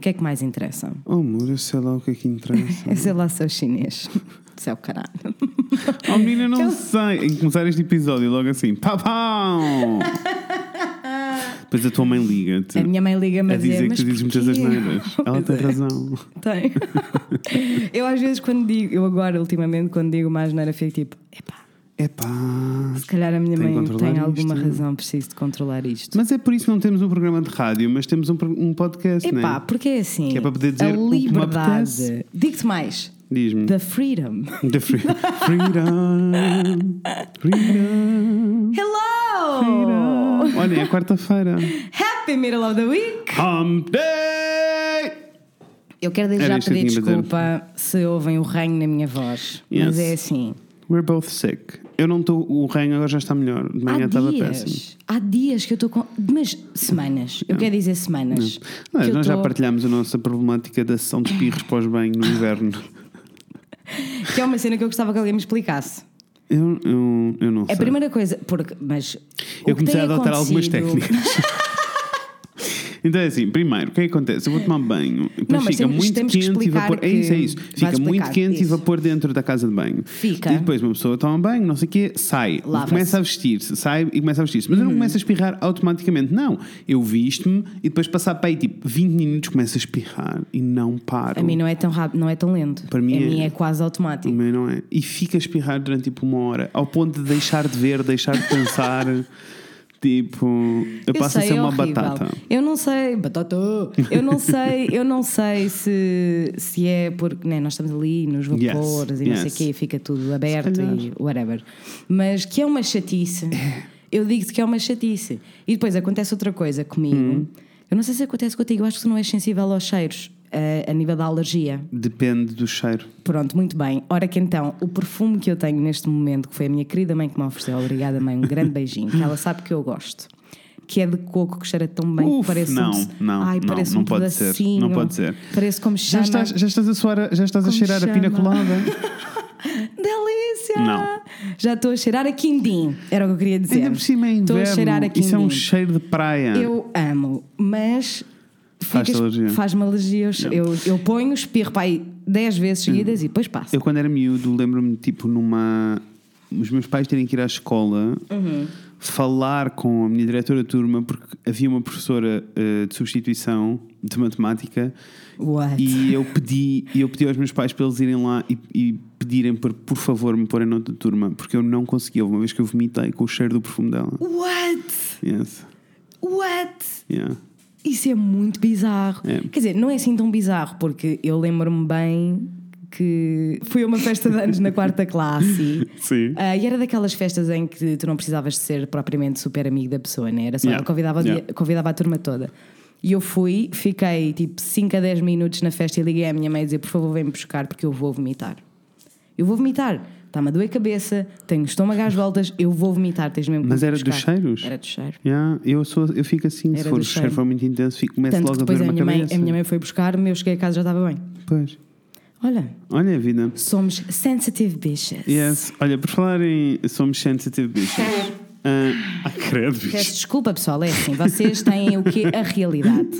que é que mais interessa? Oh, muro, sei lá o que é que interessa. É sei lá se é o chinês. Isso é o caralho. oh, menina, não sei. Em começar este episódio logo assim, papão! Depois a tua mãe liga-te. A minha mãe liga-me a a dizer, é dizer que "Mas tu dizes muitas porquê?" asneiras. Ela Pois tem é. razão. Tem. eu às vezes quando digo, eu agora ultimamente quando digo uma asneira fico tipo, epá, Epá. se calhar a minha Tenho que mãe controlar tem alguma isto. né?" razão, preciso de controlar isto. Mas é por isso que não temos um programa de rádio, mas temos um, pro- um podcast, não Epá, é? porque é assim, Que é para poder dizer a o que me liberdade, apetece. digo-te mais, Diz-me. the freedom. The free- freedom. Freedom. Hello! Olha, é quarta-feira. Happy middle of the week! Hump Day! Eu quero desde Era já isto que eu pedir tinha para dizer. desculpa se ouvem o ranho na minha voz, mas Yes. é assim. We're both sick. Eu não estou. O reino agora já está melhor. De manhã Há estava péssimo. dias, há dias que eu estou com. Mas semanas, eu quero dizer semanas. Mas que eu nós já tô- partilhámos a nossa problemática da sessão de espirros pós-banho no inverno. Que é uma cena que eu gostava que alguém me explicasse. É Eu, eu, eu não A sei. primeira coisa, porque, mas. o que eu comecei a tem adotar algumas acontecido- técnicas. Então é assim, primeiro, o que é que acontece? Eu vou tomar banho, depois mas fica temos- muito temos que quente e explicar vapor. É isso, é isso. que- Fica vais muito explicar quente e isso. vapor dentro da casa de banho. Fica. E depois uma pessoa toma banho, não sei o quê, sai, Lava-se. Uhum. começa a vestir-se, sai e começa a vestir-se. Mas eu não começo a espirrar automaticamente, não. Eu visto-me e depois passar para aí tipo 20 minutos começo a espirrar e não paro. A mim não é tão rápido, não é tão lento. Para mim a é- mim é quase O automático. meu não é. E fica a espirrar durante tipo uma hora, ao ponto de deixar de ver, deixar de pensar. tipo, eu, passo a sei, ser é uma horrível. batata. Eu não sei, batata. Eu não sei, eu não sei se, se é porque né, nós estamos ali nos Yes, vapores e não sei o yes. quê, fica tudo aberto calhar. e whatever. Mas que é uma chatice. Eu digo-te que é uma chatice. E depois acontece outra coisa comigo. Hum. Eu não sei se acontece contigo, eu acho que tu não és sensível aos cheiros. eh, A, a nível da alergia. Depende do cheiro. Pronto, muito bem. Ora que então, o perfume que eu tenho neste momento, que foi a minha querida mãe que me ofereceu, obrigada mãe, um grande beijinho, que ela sabe que eu gosto, que é de coco, que cheira tão bem, que Uf, parece não, um... não, Ai, não, parece um não pode ser, pedacinho. não pode ser. Parece como Já chama... estás, já estás a suar, a- já estás a Como cheirar chama? a pina colada. Delícia! Não. Já estou a cheirar a quindim, era o que eu queria dizer. Ainda por cima é Estou inverno. a cheirar a quindim. Isso é um cheiro de praia. Eu amo, mas... Faz-te ficas- alergia. Faz-me alergia. Eu, eu, eu ponho, espirro para aí 10 vezes seguidas e depois passa. Hum. Eu, quando era miúdo, lembro-me, tipo, numa. Os meus pais terem que ir à escola Uhum. falar com a minha diretora de turma, porque havia uma professora eh, de substituição de matemática. What? E eu pedi, e eu pedi aos meus pais para eles irem lá e, e pedirem por, por favor me porem nota de turma, porque eu não conseguia. Houve uma vez que eu vomitei com o cheiro do perfume dela. What? Yes. What? Yeah. Isso é muito bizarro. É. Quer dizer, não é assim tão bizarro, porque eu lembro-me bem que fui a uma festa de anos na quarta classe. Sim. Ah, e era daquelas festas em que tu não precisavas de ser propriamente super amigo da pessoa, né? Era só Yeah. ela convidava, o dia- Yeah. convidava a turma toda. E eu fui, fiquei tipo 5 a 10 minutos na festa e liguei à minha mãe a dizer: por favor, vem-me buscar porque eu vou vomitar. Eu vou vomitar. Está-me a doer a cabeça, tenho o estômago às voltas, eu vou vomitar. Tens mesmo que Mas me era dos buscar." cheiros? Era do cheiro. Yeah, eu, sou, eu fico assim, Era se for, do o cheiro cheiro. for muito intenso, fico, começo Tanto que logo a depois doer a uma minha, mãe, cabeça. a minha mãe foi buscar-me, eu cheguei a casa já estava bem. Pois. Olha, Olha a vida. somos sensitive bitches. Yes. Olha, por falar em somos sensitive bitches. Ah, ai, credo, Peço bicho. desculpa, pessoal, é assim, vocês têm o quê? A realidade.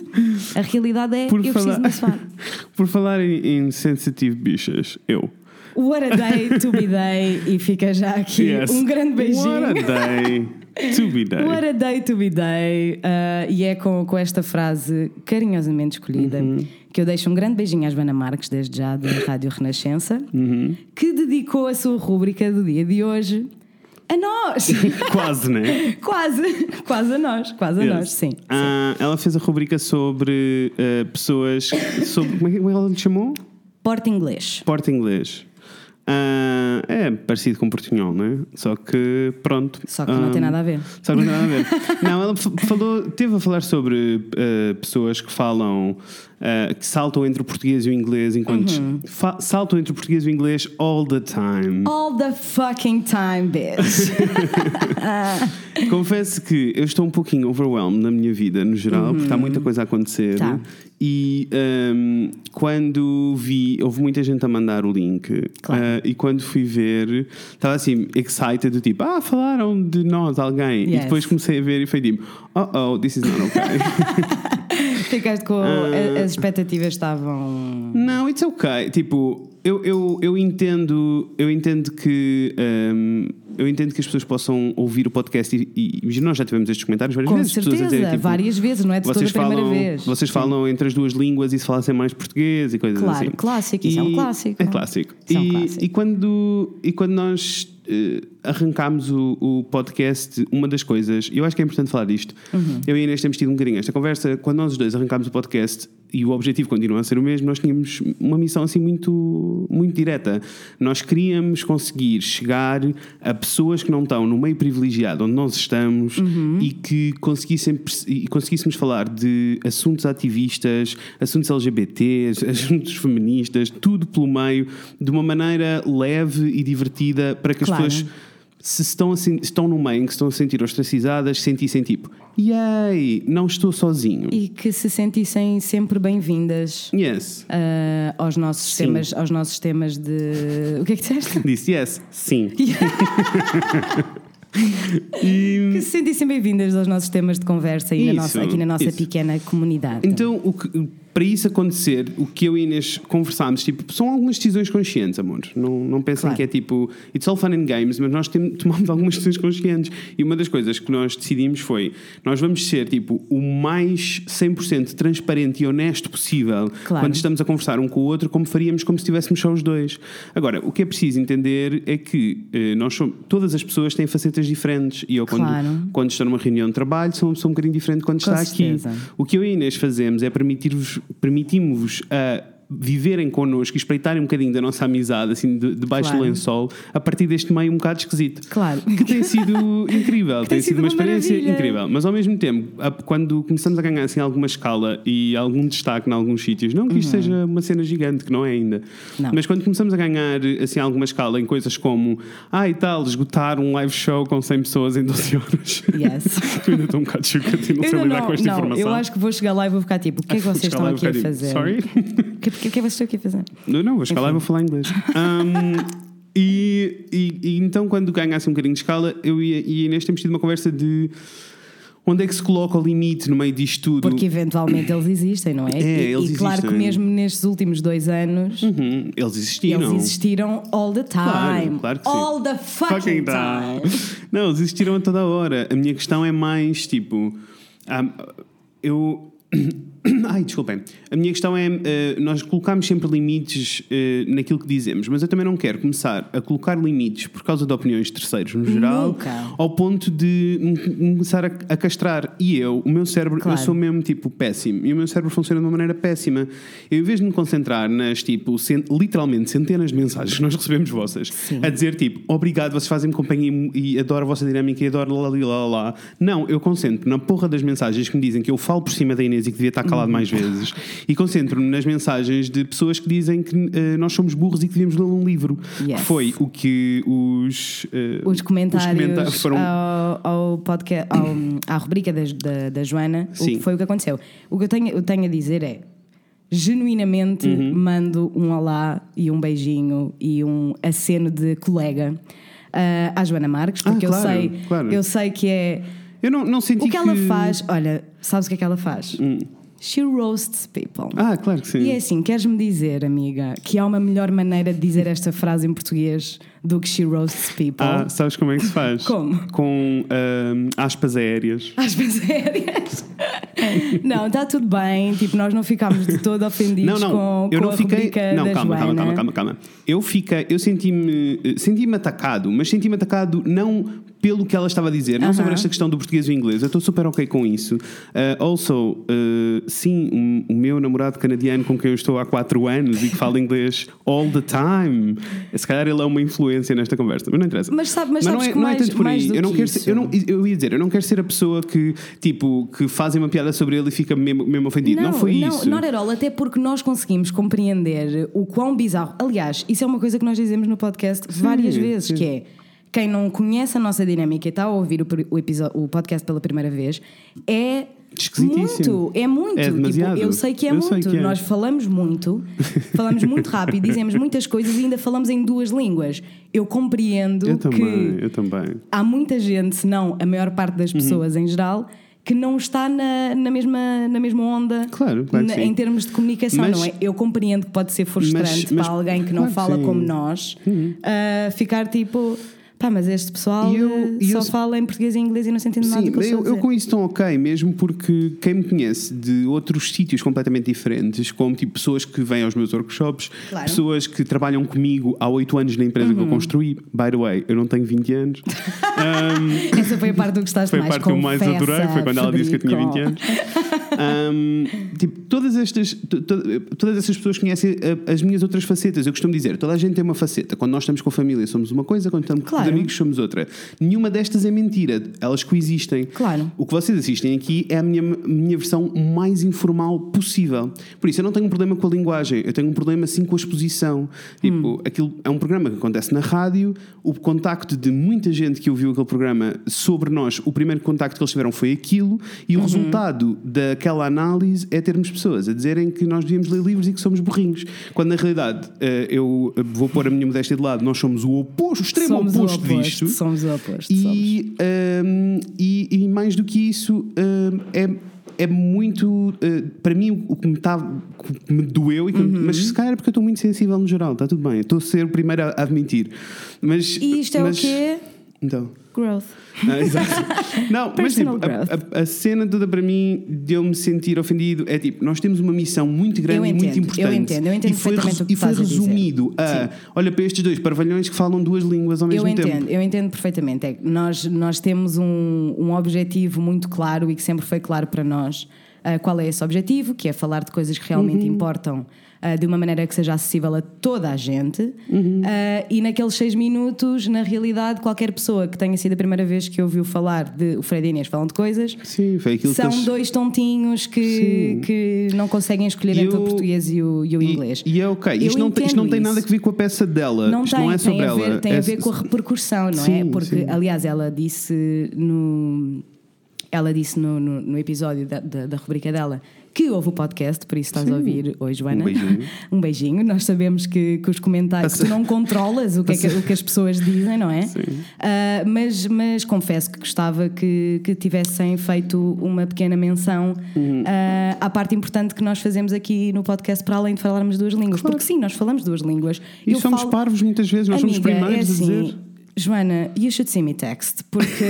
A realidade é eu preciso me assoar. por falar em, em sensitive bichas, eu. What a day to be day e fica já aqui Yes. um grande beijinho. What a day to be day. What a day to be day. Ah, e é com, com esta frase carinhosamente escolhida Uhum. que eu deixo um grande beijinho à Joana Marques, desde já, da Rádio Renascença, Uhum. que dedicou a sua rúbrica do dia de hoje a nós. Quase, né? quase, quase a nós, quase a Yes. nós, sim. Ah, ela fez a rubrica sobre eh, pessoas. Sobre, como, é que, como é que ela lhe chamou? Porta inglês. Porto inglês. Ah, é parecido com portunhol, não é? Só que pronto. ah, Só que não tem nada a ver. Só que não tem nada a ver. não, ela f- falou, teve a falar sobre eh, pessoas que falam, eh, que saltam entre o português e o inglês, enquanto Uhum. fa- saltam entre o português e o inglês all the time. All the fucking time, bitch. Confesso que eu estou um pouquinho overwhelmed na minha vida, no geral, porque está muita coisa a acontecer. Uhum. Tá. E hum, quando vi, houve muita gente a mandar o link. Claro. Ah, e quando fui ver, estava assim, excited, do tipo, ah, falaram de nós, alguém. E Yes. depois comecei a ver e foi tipo, oh oh, this is not okay. Ficaste com. Eh, a- As expectativas estavam. Não, it's ok. Tipo, eu, eu, eu entendo, eu entendo que hum, eu entendo que as pessoas possam ouvir o podcast e, e- e nós já tivemos estes comentários várias Com vezes. pessoas a certeza, dizerem, tipo, várias vezes, não é de toda a vocês primeira falam, vez. Vocês falam entre as duas línguas e se falassem mais português e coisas Claro, assim. clássico, isso é um E- clássico. É clássico. Isso é um e, clássico. e quando, e quando nós eh, arrancámos o, o podcast, uma das coisas, e eu acho que é importante falar disto, Uhum. eu e a Inês temos tido um bocadinho esta conversa, quando nós os dois arrancámos o podcast e o objetivo continua a ser o mesmo, nós tínhamos uma missão assim muito, muito direta. Nós queríamos conseguir chegar a pessoas que não estão no meio privilegiado onde nós estamos Uhum. e que conseguissem, perce- e conseguíssemos falar de assuntos ativistas, assuntos LGBTs, assuntos feministas, tudo pelo meio, de uma maneira leve e divertida para que Claro. as pessoas se estão, a sen- estão no meio, em que se estão a sentir ostracizadas, sentissem tipo, yay, não estou sozinho. E que se sentissem sempre bem-vindas Yes. ah, aos, nossos temas, aos nossos temas de. O que é que disseste? Disse yes. Sim. Hum. que se sentissem bem-vindas aos nossos temas de conversa e na Isso, nossa- aqui na nossa isso. pequena comunidade. Então, o que- para isso acontecer, o que eu e a Inês conversámos, tipo, são algumas decisões conscientes, amor. Não, não pensem Claro. que é tipo, it's all fun and games, mas nós tem- tomamos algumas decisões conscientes. E uma das coisas que nós decidimos foi, nós vamos ser, tipo, o mais 100% transparente e honesto possível Claro. quando estamos a conversar um com o outro, como faríamos como se estivéssemos só os dois. Agora, o que é preciso entender é que eh, nós somos, todas as pessoas têm facetas diferentes. E eu, quando, Claro. quando estou numa reunião de trabalho, sou, uma pessoa um bocadinho diferente quando Com está certeza. aqui. O que eu e a Inês fazemos é permitir-vos, permitimos-vos a viverem connosco e espreitarem um bocadinho da nossa amizade, assim, de, de baixo Claro. lençol, a partir deste meio um bocado esquisito. Claro. Que tem sido incrível, tem, tem sido sido uma uma experiência maravilha. incrível. Mas ao mesmo tempo, a- quando começamos a ganhar assim alguma escala e algum destaque em alguns sítios, não que isto seja uma cena gigante, que não é ainda, Uhum. Não. mas quando começamos a ganhar assim alguma escala em coisas como, ah e tal, esgotar um live show com 100 pessoas em 12 horas. Yes. eu ainda estou um bocado chocado e não sei Eu lidar com esta não, informação. eu acho que vou chegar lá e vou ficar tipo, o que é que vocês Vou estão chegar lá e aqui vou a ficar fazer? tipo, O Sorry? que, que é que vocês estão aqui a fazer? Não, não, vou escalar e vou falar inglês. Um, e, e- e então, quando ganhasse um bocadinho de escala, eu e a- e a Inês temos tido uma conversa de onde é que se coloca o limite no meio disto tudo. Porque eventualmente eles existem, não é? É, e, eles e claro que existem. mesmo nestes últimos dois anos Uhum, eles existiram. eles existiram all the time. Claro, claro que sim. all the fucking, Fucking time. time. Não, eles existiram a toda a hora. A minha questão é mais tipo. ah, eu. Ai, desculpem. A minha questão é. eh, nós colocamos sempre limites eh, naquilo que dizemos, mas eu também não quero começar a colocar limites por causa de opiniões de terceiros no geral, Nunca. ao ponto de me- me começar a, a castrar. E eu, o meu cérebro, Claro. eu sou mesmo tipo péssimo. E o meu cérebro funciona de uma maneira péssima. Eu, em vez de me concentrar nas, tipo, cen- literalmente centenas de mensagens que nós recebemos vossas, a dizer tipo, obrigado, vocês fazem-me companhia e mu- e adoro a vossa dinâmica e adoro lá, lá, lá, lá. Não, eu concentro na porra das mensagens que me dizem que eu falo por cima da Inês e que devia estar calado mais Uhum. vezes. E concentro-me nas mensagens de pessoas que dizem que eh, nós somos burros e que devíamos ler um livro. Yes. Que foi o que os. eh, Os comentários comenta- foram ao, ao podcast, ao- à rubrica da, da, da Joana, o Sim. que foi o que aconteceu. O que eu tenho, eu tenho a dizer é: genuinamente Uhum. mando um olá e um beijinho e um aceno de colega ah, à Joana Marques, porque claro, eu, sei, claro. eu sei que é. Eu não, não senti O que ela faz, olha, sabes o que é que ela faz? She roasts people. Hum. Ah, claro que sim. E é assim, queres-me dizer, amiga, que há uma melhor maneira de dizer esta frase em português do que she roasts people? Ah, sabes como é que se faz? Como? Com ahm, aspas aéreas. Às vezes aéreas. não, está tudo bem. Tipo, nós não ficámos de todo ofendidos não, com, não, eu com não a fiquei. rubrica Não, da calma, calma, Joana. calma, calma, calma. Eu fiquei, eu senti-me eh, senti-me atacado, mas senti-me atacado não pelo que ela estava a dizer, não Aham. sobre esta questão do português e o inglês. Eu estou super ok com isso. Ah, also, eh, sim, um- o meu namorado canadiano com quem eu estou há 4 anos e que fala inglês all the time. Se calhar ele é uma influência nesta conversa, mas não interessa. Mas sabe- mas sabes não é, que não é mais- tanto por mais aí. do eu não que quero isso. ser, eu não- eu ia dizer, eu não quero ser a pessoa que, tipo, que fazem uma piada sobre ele e fica mesmo, mesmo ofendido. Não, foi não, isso. not at all, até porque nós conseguimos compreender o quão bizarro. Aliás, isso é uma coisa que nós dizemos no podcast várias vezes, sim. que é quem não conhece a nossa dinâmica e está a ouvir o, pri- o, episo- o podcast pela primeira vez, é Esquisitíssimo. muito, é muito. É demasiado. eu sei que é Eu sei muito. que é. Nós falamos muito, falamos muito rápido, dizemos muitas coisas e ainda falamos em duas línguas. Eu compreendo Eu que também, eu também. Uhum. há muita gente, se não a maior parte das pessoas em geral, que não está na, na, mesma, na mesma onda Claro, claro que na- sim. em termos de comunicação, Mas- não é? Eu compreendo que pode ser frustrante mas- para alguém que não claro que fala sim. Uhum. como nós ah, ficar tipo, pá, mas este pessoal E eu- eh, e só eu- fala em português e inglês e não se entende nada Sim, do que eu, estou a eu, eu dizer. com isso estou ok, mesmo porque quem me conhece de outros sítios completamente diferentes, como tipo pessoas que vêm aos meus workshops, Claro. Uhum. pessoas que trabalham comigo há 8 anos na empresa que eu construí. By the way, eu não tenho 20 anos. Essa foi a parte do que gostaste Foi a mais. parte que eu mais confessa, adorei, foi quando ela disse que eu tinha um. Frederico. 20 anos. Ahm, tipo, todas estas to- to- todas essas pessoas conhecem a- as minhas outras facetas. Eu costumo dizer, toda a gente tem uma faceta. Quando nós estamos com a família somos uma coisa, quando estamos Claro. com os amigos somos outra. Nenhuma destas é mentira, elas coexistem. Claro. O que vocês assistem aqui é a minha, minha versão mais informal possível. Por isso, eu não tenho um problema com a linguagem, eu tenho um problema sim com a exposição. Tipo, Hum. aquilo é um programa que acontece na rádio, o contacto de muita gente que ouviu aquele programa sobre nós, o primeiro contacto que eles tiveram foi aquilo, e Uhum. o resultado daquela análise é termos pessoas a dizerem que nós devíamos ler livros e que somos burrinhos. Quando na realidade, eh, eu vou pôr a minha modéstia de lado, nós somos o oposto, o extremo Somos o oposto, oposto disto. Somos o oposto. somos. E, hum, e, e mais do que isso, hum, é, é muito. uh, para mim, o que me, tá, o que me doeu, e que- Uhum. mas se calhar é porque eu estou muito sensível no geral, está tudo bem. Eu estou a ser o primeiro a admitir. Mas, E isto é mas- o quê? Então. Growth. Ah, exato. Não, mas tipo, Personal a, a- a cena toda para mim de eu me sentir ofendido é tipo, nós temos uma missão muito grande Eu e muito entendo, eu importante. entendo, eu entendo e foi, perfeitamente o que e foi estás a dizer. resumido a olha para estes dois parvalhões que falam duas línguas ao mesmo eu entendo, tempo. eu entendo perfeitamente. É que nós, nós temos um, um objetivo muito claro e que sempre foi claro para nós ah, qual é esse objetivo, que é falar de coisas que realmente Uhum. importam ah, de uma maneira que seja acessível a toda a gente. Uhum. Ah, e naqueles seis minutos, na realidade, qualquer pessoa que tenha sido a primeira vez que ouviu falar de o Fred e Inês falam de coisas. Sim, foi aquilo São que eles- dois tontinhos que, Sim. que não conseguem escolher E entre o eu- português e o, e o E- inglês. E, é ok. Eu Isto não, tem- isto não entendo tem isso. nada a ver com a peça dela. Não isto tem, não é sobre tem a ela. ver, Tem É- a ver com a repercussão, não é? Sim, Porque, sim. aliás, ela disse no. Ela disse no, no, no episódio da, da, da rubrica dela que houve o podcast, por isso estás a ouvir hoje, Ana. beijinho. Um beijinho. Nós sabemos que, que os comentários. que tu não controlas o que, é que, o que as pessoas dizem, não é? Ah, mas, mas confesso que gostava que, que tivessem feito uma pequena menção Uhum. ah, à parte importante que nós fazemos aqui no podcast, para além de falarmos duas línguas. Porque sim, nós falamos duas línguas. E Eu somos falo- parvos muitas vezes, nós somos Amiga, primeiros é assim, a dizer. Joana, you should see me text, porque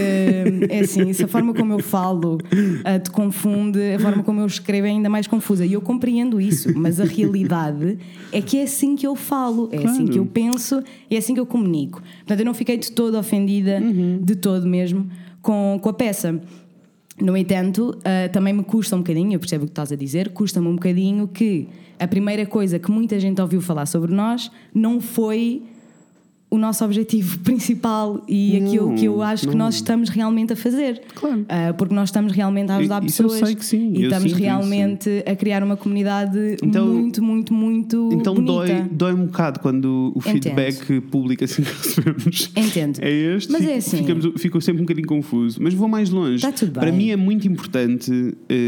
é assim, se a forma como eu falo ah, te confunde, a forma como eu escrevo é ainda mais confusa. E eu compreendo isso, mas a realidade é que é assim que eu falo, é assim que eu penso, é assim que eu comunico. Portanto, eu não fiquei de todo ofendida, Uhum. de todo mesmo, com, com a peça. No entanto, ah, também me custa um bocadinho, eu percebo o que estás a dizer, custa-me um bocadinho que a primeira coisa que muita gente ouviu falar sobre nós não foi o nosso objetivo principal e Não, aquilo que eu acho que não. nós estamos realmente a fazer. Claro. Ah, porque nós estamos realmente a ajudar Eu- isso eu pessoas sei que sim, e eu estamos sinto isso. realmente a criar uma comunidade Então- muito, muito, muito Então bonita. dói, dói um bocado quando o Entendo. feedback público assim que recebemos Entendo. é este. Mas é Fico- assim. ficamos- fico sempre um bocadinho confuso. Mas vou mais longe. Tá tudo bem. Para mim é muito importante. eh,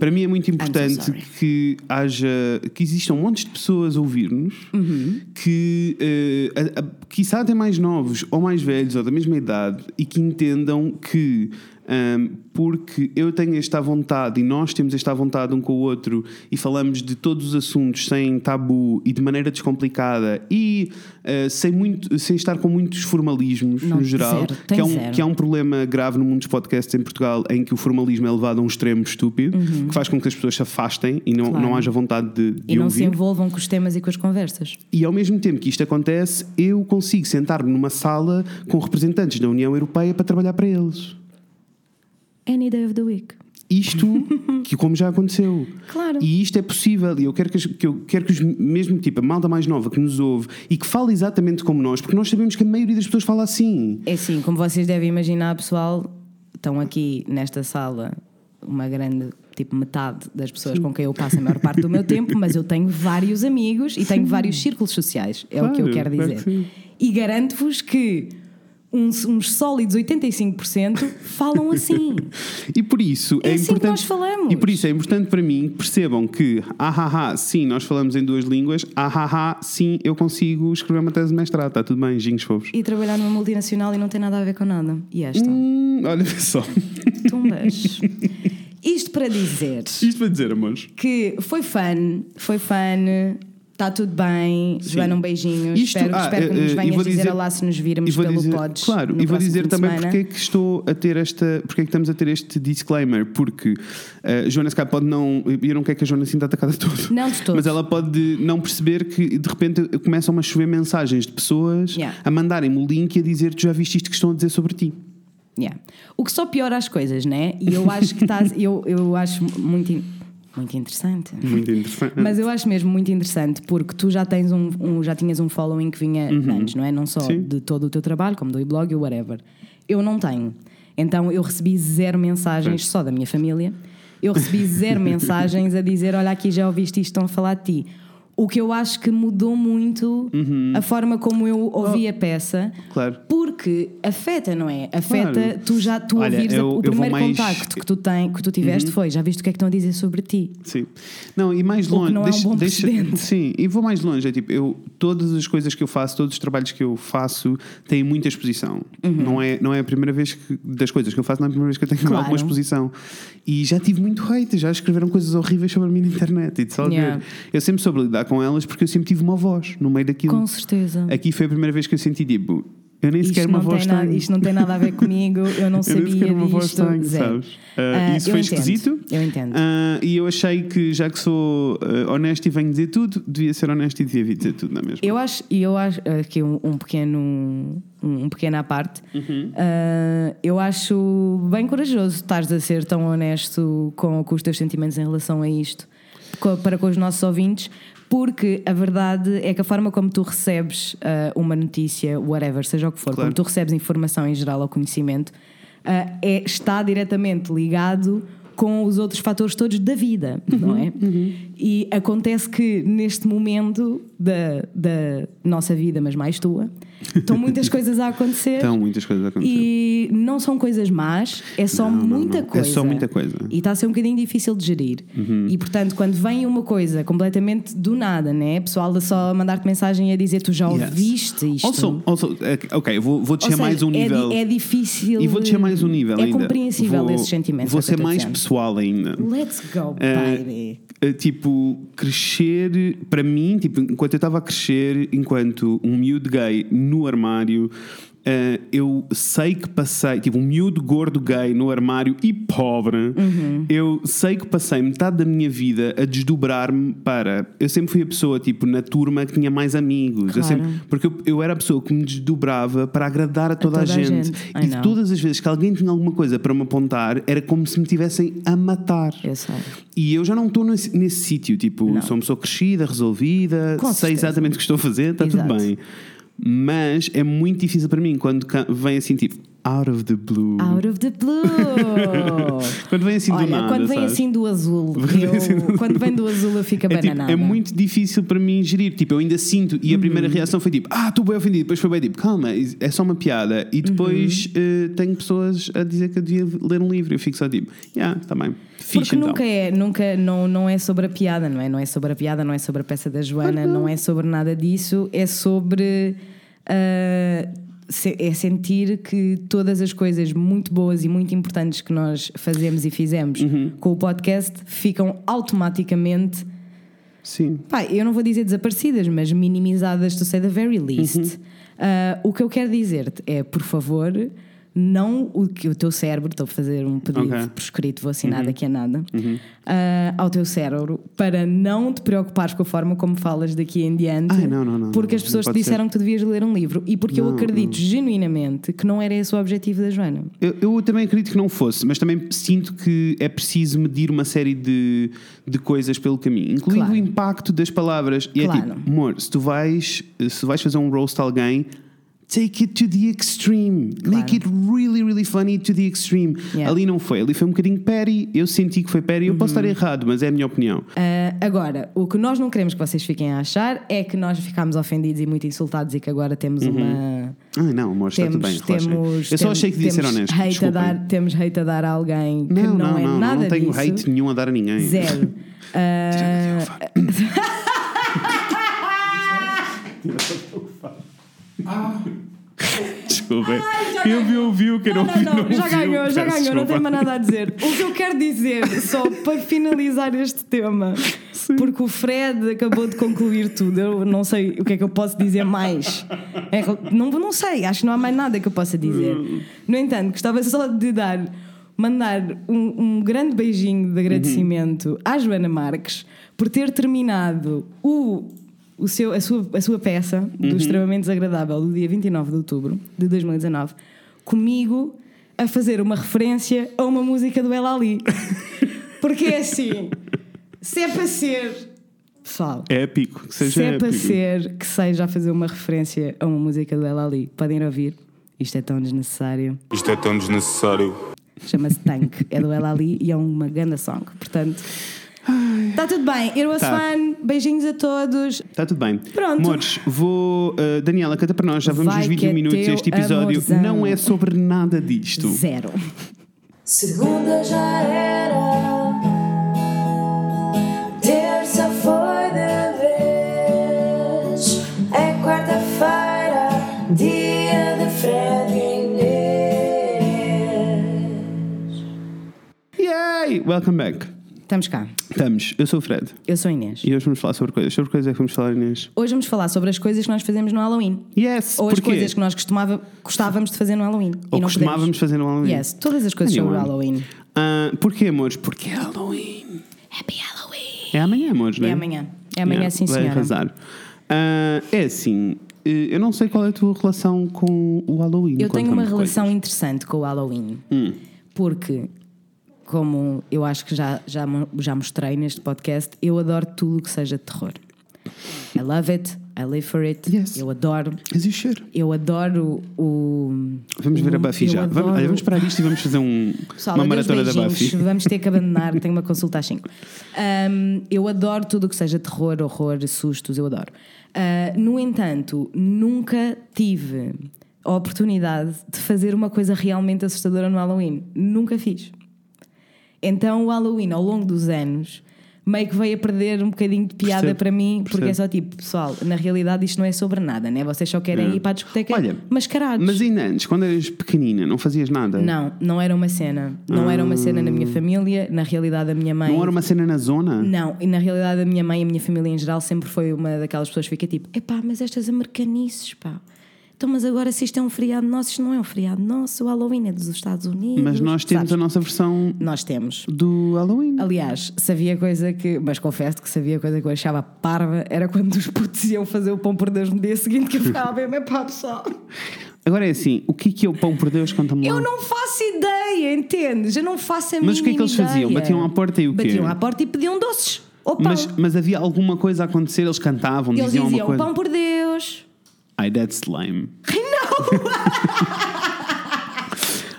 para mim é muito importante sorry. que haja. que existam montes de pessoas a ouvir-nos Uhum. que, eh, a, a, quiçá até mais novos ou mais velhos ou da mesma idade e que entendam que. ahm, porque eu tenho esta vontade e nós temos esta vontade um com o outro e falamos de todos os assuntos sem tabu e de maneira descomplicada e eh, sem, muito, sem estar com muitos formalismos Não, no geral, zero, tem que, é um, zero. que é um problema grave no mundo dos podcasts em Portugal em que o formalismo é levado a um extremo estúpido que faz com que as pessoas se afastem e não, Uhum. Claro. não haja vontade de, de E não se ouvir. envolvam com os temas e com as conversas. E ao mesmo tempo que isto acontece, eu consigo sentar-me numa sala com representantes da União Europeia para trabalhar para eles. Any day of the week. Isto, que como já aconteceu. Claro. E isto é possível. E eu quero que, as- que eu quero que os, mesmo tipo, a malda mais nova que nos ouve e que fala exatamente como nós, porque nós sabemos que a maioria das pessoas fala assim. É assim, como vocês devem imaginar, pessoal, estão aqui nesta sala uma grande, tipo metade das pessoas com quem eu passo a maior parte do meu tempo, mas eu tenho vários amigos e tenho vários círculos sociais, é o que eu Claro, quero claro dizer. que sim. e garanto-vos que uns, uns sólidos 85% falam assim. E por isso É é, assim que importante. nós falamos. E por isso é importante para mim que percebam que, ahaha, sim, nós falamos em duas línguas, ahaha, sim, eu consigo escrever uma tese de mestrado, está tudo bem, ginhos fofos. e trabalhar numa multinacional e não tem nada a ver com nada. E esta, Hum, olha só. tumbas. Isto para dizer Isto para dizer, amores. que foi fã, foi fã, está tudo bem. Joana, um beijinho. Isto- espero, ah, espero que nos eh, eh, e venhas vou dizer, dizer- olá se nos E virmos vou pelo dizer, Pods. claro, no e vou próximo dizer fim de também semana. porque é que estou a ter esta, porque é que estamos a ter este disclaimer, porque a Joana se calhar pode não, e eu não quero que a Joana sinta atacada de todo. Não de todo. Mas ela pode não perceber que de repente começam a chover mensagens de pessoas Yeah. a mandarem-me o link e a dizer tu já viste isto que estão a dizer sobre ti. Yeah. O que só piora as coisas, né? E eu acho que estás. eu, eu acho muito, in- muito interessante. Muito interessante. Mas eu acho mesmo muito interessante porque tu já tens um, um- já tinhas um following que vinha antes, não é? Não só Uhum. Sim. de todo o teu trabalho, como do e-blog e whatever. Eu não tenho. Então eu recebi zero mensagens só da minha família. Eu recebi zero mensagens a dizer: Olha, aqui já ouviste isto, estão a falar de ti. O que eu acho que mudou muito Uhum. a forma como eu Oh. ouvi a peça. Claro. Porque afeta, não é? Afeta, Claro. tu já tu Olha, ouvires a- eu- eu o vou primeiro mais- Uhum. contacto que tu, tem, que tu tiveste foi: já viste o que é que estão a dizer sobre ti? Sim. Não, e mais que longe. não é um bom precedente. sim, e vou mais longe. É tipo, eu, todas as coisas que eu faço, todos os trabalhos que eu faço têm muita exposição. Uhum. Não, é, não é a primeira vez que, das coisas que eu faço, não é a primeira vez que eu tenho Claro. alguma exposição. E já tive muito hate, já escreveram coisas horríveis sobre mim na internet. E de só de Yeah. ver. Eu sempre soube lidar com elas porque eu sempre tive uma voz no meio daquilo. Com certeza. Aqui foi a primeira vez que eu senti tipo, eu nem sequer Isto uma não, voz tem nada, tenho. isto não tem nada a ver comigo, eu não Eu nem sabia sequer uma voz disto. tenho, zero. sabes? Ah, Ah, isso eu foi entendo, esquisito. Eu entendo. Ah, e eu achei que, já que sou ah, honesto e venho dizer tudo, devia ser honesto e devia vir dizer tudo, não é mesmo? Eu acho, e eu acho aqui um, um pequeno um, um pequeno à parte. Uhum. Ah, eu acho bem corajoso estares a ser tão honesto com, com os teus sentimentos em relação a isto co- para com os nossos ouvintes, porque a verdade é que a forma como tu recebes ah, uma notícia, whatever, seja o que for, Claro. como tu recebes informação em geral ao conhecimento, ah, é, está diretamente ligado com os outros fatores todos da vida, Uhum, não é? E acontece que neste momento da, da nossa vida, mas mais tua, estão muitas coisas a acontecer. Então, muitas coisas a acontecer. E não são coisas más, é só Não, não, muita não. É coisa. só muita coisa. Uhum. E está a ser um bocadinho difícil de gerir. E portanto, quando vem uma coisa completamente do nada, né? Pessoal, só a mandar-te mensagem e a dizer tu já Yes. ouviste isto. Also, also, eh, ok, vou, vou Ou descer mais seja, um é di- nível. É, difícil. e vou descer mais um nível É ainda. compreensível Vou- esses sentimentos. é Vou o que eu ser estou mais dizendo. pessoal ainda. Let's go, Eh, baby. eh, tipo, crescer para mim, tipo, enquanto eu estava a crescer, enquanto um miúdo gay no armário, eh, eu sei que passei, tipo, um miúdo gordo gay no armário e pobre, Uhum. eu sei que passei metade da minha vida a desdobrar-me para. Eu sempre fui a pessoa, tipo, na turma que tinha mais amigos. Eu Claro. sempre, porque eu, eu era a pessoa que me desdobrava para agradar a toda a, toda a gente. gente. I E know. todas as vezes que alguém tinha alguma coisa para me apontar, era como se me tivessem a matar. Eu sei. E eu já não estou nesse nesse sítio. Tipo, sou uma pessoa crescida, resolvida, Com sei certeza. exatamente o que estou a fazer, está Exato. tudo bem. Mas é muito difícil para mim quando ca- vem assim, tipo, out of the blue. Out of the blue. Quando vem assim do Ah. Olha, nada. quando vem sabes? assim do azul, vem eu- assim do- quando vem do azul eu fico É, tipo, abananada. é muito difícil para mim gerir. Tipo, eu ainda sinto. Uhum. E a primeira reação foi tipo, ah, estou bem ofendido. Depois foi bem tipo, calma, is- é só uma piada. Uhum. E depois eh, tenho pessoas a dizer que eu devia ler um livro. Eu fico só tipo, yeah, está bem. Fixe Porque então. nunca é, nunca, não, não é sobre a piada, não é? Não é sobre a piada, não é sobre a peça da Joana, Uhum. não é sobre nada disso, é sobre. ah, se- é sentir que todas as coisas muito boas e muito importantes que nós fazemos e fizemos Uhum. com o podcast ficam automaticamente Sim. Pá, eu não vou dizer desaparecidas, mas minimizadas, to say the very least. Uhum. Ah, o que eu quero dizer-te é, por favor, não o que o teu cérebro, estou a fazer um pedido Ok. Uhum. por escrito, vou assinar daqui a nada, ah, ao teu cérebro, para não te preocupares com a forma como falas daqui em diante, Ai, não, não, não, porque não, as não pessoas te pode ser. disseram que tu devias ler um livro e porque eu Não, acredito genuinamente que não era esse o objetivo da Joana. Eu, eu também acredito que não fosse, mas também sinto que é preciso medir uma série de, de coisas pelo caminho, incluindo Claro. o impacto das palavras. E Claro. é tipo, amor, se tu vais, se vais fazer um roast a alguém, take it to the extreme. Make it really, really funny to the extreme. Yeah. Uhum. Ali não foi, ali foi um bocadinho petty. Eu senti que foi petty. Eu posso estar errado, mas é a minha opinião. Ah, agora, o que nós não queremos que vocês fiquem a achar é que nós ficámos ofendidos e muito insultados e que agora Uhum. temos uma. Ah, não, amor, está tudo bem, relaxa. Eu só achei que devia ser temos honesto. Hate a desculpem. dar, temos hate a dar a alguém que não, é nada não tenho disso. hate nenhum a dar a ninguém. Zero. Ah, Desculpa. já eu vi, ouviu, quem não, não, ouviu, não, não, não, já ouviu, ganhou, já peço ganhou, não desculpa. tenho mais nada a dizer. O que eu quero dizer, só para finalizar este tema, porque o Fred acabou de concluir tudo, eu não sei o que é que eu posso dizer mais. É, não, não sei, acho que não há mais nada que eu possa dizer. No entanto, gostava só de dar, mandar um, um grande beijinho de agradecimento Uhum. à Joana Marques por ter terminado o o seu, a, sua, a sua peça Uhum. do Extremamente Desagradável do dia 29 de outubro de 2019 comigo a fazer uma referência a uma música do El Ali. Porque é assim, se é para ser. Pessoal, É épico, que seja se é para épico. ser que seja a fazer uma referência a uma música do El Ali, podem ir ouvir. Isto é tão desnecessário. Isto é tão desnecessário. Chama-se Tank. É do El Ali e é uma ganda song. Portanto, está tudo bem. Eu Tá. fan, beijinhos a todos. Está Tá tudo bem. Pronto. Amores, vou. uh, Daniela, canta para nós, já vamos Vai nos que 21 é minutos. teu Este episódio amorzão. não é sobre nada disto. Zero. Segunda já era, terça foi de vez, é quarta-feira, dia de Fred e Inês. Yay! Welcome back. Estamos cá. Estamos, eu sou o Fred Eu sou a Inês. e hoje vamos falar sobre coisas. Sobre coisas é que vamos falar, Inês. Hoje vamos falar sobre as coisas que nós fazemos no Halloween. Yes! Ou as porquê? coisas que nós costumava, gostávamos de fazer no Halloween. Ou costumávamos fazer no Halloween. Yes, todas as coisas sobre o Halloween. É Ah, porquê, amores? Porque é Halloween. Happy Halloween! É amanhã, amores, não É amanhã. É amanhã, Yeah, sim, vai senhora. arrasar. Ah, é assim, eh, eu não sei qual é a tua relação com o Halloween. Eu tenho uma Conta-me relação interessante com o Halloween. Hum. Porque, como eu acho que já, já, mo- já mostrei neste podcast, eu adoro tudo o que seja terror. I love it, I live for it. Yes. Eu adoro. coisas. Mas e o cheiro? Eu adoro o. Vamos ver a o- Buffy eu já. Vamos, adoro- olha, vamos parar isto e vamos fazer um- Pessoal, uma adeus, maratona da beijinhos. Buffy. Vamos ter que abandonar, tenho uma consulta às 5. eu adoro tudo o que seja terror, horror, sustos, eu adoro. Ah, no entanto, nunca tive a oportunidade de fazer uma coisa realmente assustadora no Halloween. Nunca fiz. Então o Halloween, ao longo dos anos, meio que veio a perder um bocadinho de piada Percebo, para mim, porque é percebo. só tipo, pessoal, na realidade isto não é sobre nada, né? Vocês só querem ir para a discoteca É. Olha, mascarados. Mas ainda antes, quando eras pequenina, não fazias nada? Não, não era uma cena. Não era uma cena na minha família, na realidade a minha mãe. Ah. Não era uma cena na zona? Não, e na realidade a minha mãe e a minha família em geral sempre foi uma daquelas pessoas que fica tipo: epá, mas estas americanices, pá. Então, mas agora se isto é um feriado nosso, isto não é um feriado nosso, o Halloween é dos Estados Unidos. Mas nós temos sabes? a nossa versão Nós temos. do Halloween. Aliás, sabia coisa que, mas confesso que sabia coisa que eu achava parva, era quando os putos iam fazer o pão por Deus no dia seguinte que eu ficava bem, mas pá, pessoal. Agora é assim, o que é que é o pão por Deus? Conta-me lá. Eu não faço ideia, entendes? Eu não faço a Mas o que é que mínima eles faziam? ideia. Batiam à porta e o quê? Batiam à porta e pediam doces. Ou pão. Mas, mas havia alguma coisa a acontecer? Eles cantavam, eles diziam diziam alguma coisa? pão por Deus. Ai, that's slime. Não!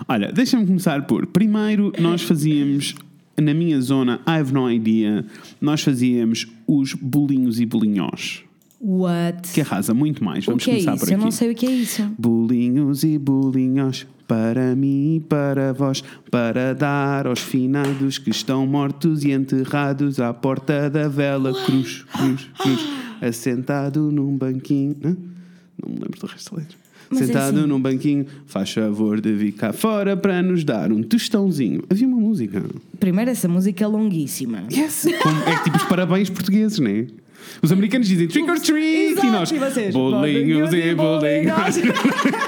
Olha, deixa-me começar por. Primeiro, nós fazíamos, na minha zona, I have no idea, nós fazíamos os bolinhos e bolinhós. What? Que arrasa muito mais. o Vamos que é começar isso? por aqui. Eu não sei o que é isso. Bolinhos e bolinhos para mim e para vós, para dar aos finados que estão mortos e enterrados à porta da vela. Cruz, cruz, cruz, assentado num banquinho. Hã? Não me lembro do resto da letra. Mas é Sentado assim. num banquinho, faz favor de vir cá fora para nos dar um tostãozinho. Havia uma música. Primeiro, essa música é longuíssima. Yes! Como- é que tipo os parabéns portugueses, não é? Os americanos dizem trick or treat e nós e vocês? bolinhos e bolinhos.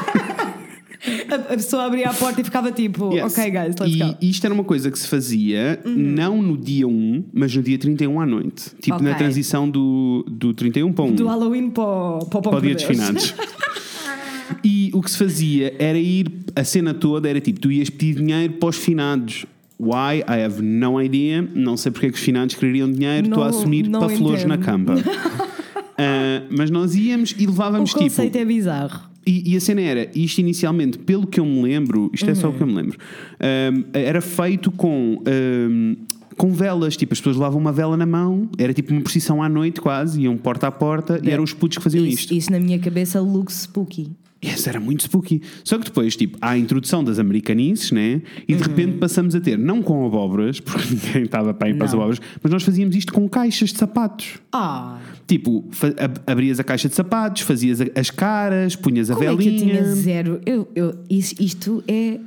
a, a pessoa abria a porta e ficava tipo, Yes. ok, guys, let's e, go. Uhum. e isto era uma coisa que se fazia não no dia 1, mas no dia 31 à noite. Tipo na Ok. transição do, do 31 para 1, Do Halloween para o, para o pão para o por dia Deus. dos finados. e o que se fazia era ir, a cena toda era tipo, tu ias pedir dinheiro para os finados. Why? I have no idea. Não sei porque é que os finados queriam dinheiro. Estou a Não- assumir não para flores na entendo. campa. Ah, mas nós íamos e O levávamos tipo. conceito é bizarro. E, e a cena era, isto inicialmente, pelo que eu me lembro, isto é só o que eu me lembro, hum, era feito com. hum, com velas, tipo, as pessoas levavam uma vela na mão, era tipo uma procissão à noite quase, iam porta a porta, e eram os putos que faziam É. isto. Isso, isso na minha cabeça look spooky. Yes, era muito spooky. Só que depois, tipo, há a introdução das americanices, né? E de Uhum. repente passamos a ter, não com abóboras, porque ninguém estava para ir para as Não. abóboras, mas nós fazíamos isto com caixas de sapatos. Ah, Tipo, fa- ab- abrias a caixa de sapatos, fazias a- as caras, punhas a como é que eu velinha. tinha zero? Eu, eu, isso- isto é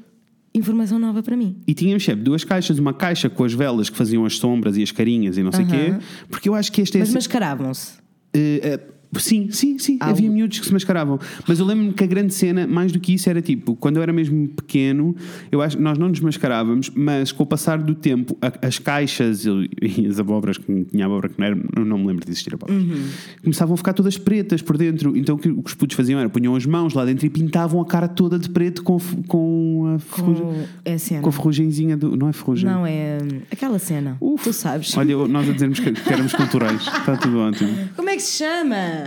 informação nova para mim. E tínhamos sempre duas caixas, uma caixa com as velas que faziam as sombras e as carinhas e não sei o quê, porque eu acho que este é. Mas assim- mascaravam-se. Eh, eh, sim, sim, sim. Há Havia um- miúdos que se mascaravam. Mas eu lembro-me que a grande cena, mais do que isso, era tipo, quando eu era mesmo pequeno, eu acho nós não nos mascarávamos, mas com o passar do tempo, a- as caixas e, e as abóboras, que tinha abóbora que não era, eu não me lembro de existir abóboras, Uhum. começavam a ficar todas pretas por dentro. Então o que, o que os putos faziam era punham as mãos lá dentro e pintavam a cara toda de preto com, f- com a ferrugem. Com, é a cena. Com a ferrugenzinha do. Não é ferrugem? Não, é hum, aquela cena. Uf. Tu sabes. Olha, eu- nós a dizermos que, que éramos culturais. Está tudo ótimo. Como é que se chama?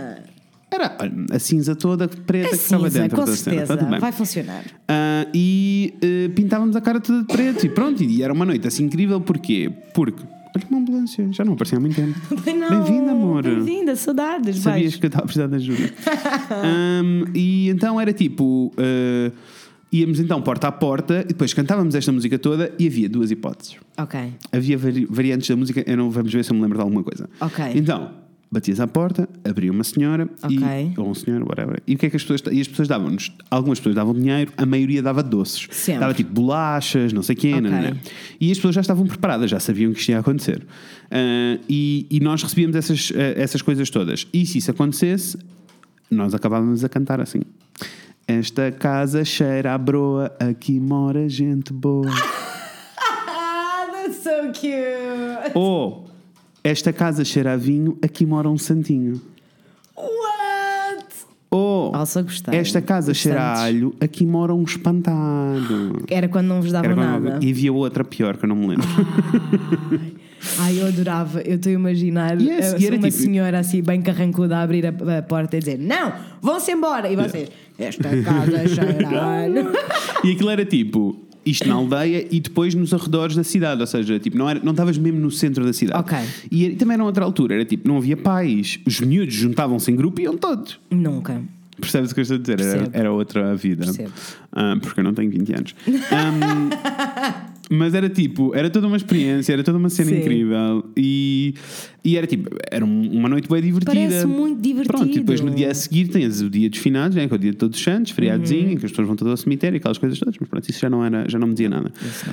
Era a cinza toda preta que A estava cinza, dentro Assim, com da cena. Está certeza. tudo bem. Vai funcionar. Ah, e eh, pintávamos a cara toda de preto e pronto, e era uma noite assim incrível, porquê? Porque. Olha uma ambulância, já não aparecia há muito tempo. Não, Bem-vinda, amor. Bem-vinda, saudades. Sabias vais. que eu estava a precisar de ajuda. Ahm, e então era tipo. eh, íamos então porta a porta e depois cantávamos esta música toda e havia duas hipóteses. Ok. Havia vari- variantes da música, eu não vamos ver se eu me lembro de alguma coisa. Ok. Então, batias à porta, abria uma senhora Ok. e, ou um senhor, whatever. E o que é que as pessoas e as pessoas davam-nos? Algumas pessoas davam dinheiro, a maioria dava doces. Sempre. Dava tipo bolachas, não sei quê, Ok. nananã. E as pessoas já estavam preparadas, já sabiam que isto ia acontecer. Ah, e, e nós recebíamos essas, ah, essas coisas todas. E se isso acontecesse, nós acabávamos a cantar assim. Esta casa cheira à broa, aqui mora gente boa. Ah, that's so cute. Ou Oh, esta casa cheira a vinho, aqui mora um santinho. What? Ou Also gostei. esta casa Os cheira a santos. alho, aqui mora um espantado. Era quando não vos davam Era uma- nada. E havia outra pior que eu não me lembro. Ai, eu adorava. Eu estou a imaginar Yes, eh, e era uma tipo- senhora assim, bem carrancuda, a abrir a, a porta e dizer: Não, vão-se embora. E vocês: Esta casa é cheira a alho. e aquilo era tipo. Isto na aldeia e depois nos arredores da cidade, ou seja, tipo, não, era, não estavas mesmo no centro da cidade. Ok. E era- também era outra altura, era tipo, não havia pais, os miúdos juntavam-se em grupo e iam todos. Nunca. Percebes o que eu estou a dizer? Era, Percebo. era outra vida. Percebo. Ah, porque eu não tenho 20 anos. Ahm, mas era tipo, era toda uma experiência, era toda uma cena Sim. incrível. E, e era tipo, era um- uma noite bem divertida. Parece muito divertido. Pronto, e depois no dia a seguir tens o dia dos finados, né, que é o dia de todos os santos, Uhum. feriadozinho, em que as pessoas vão todas ao cemitério, aquelas coisas todas. Mas pronto, isso já não, era, já não me dizia nada.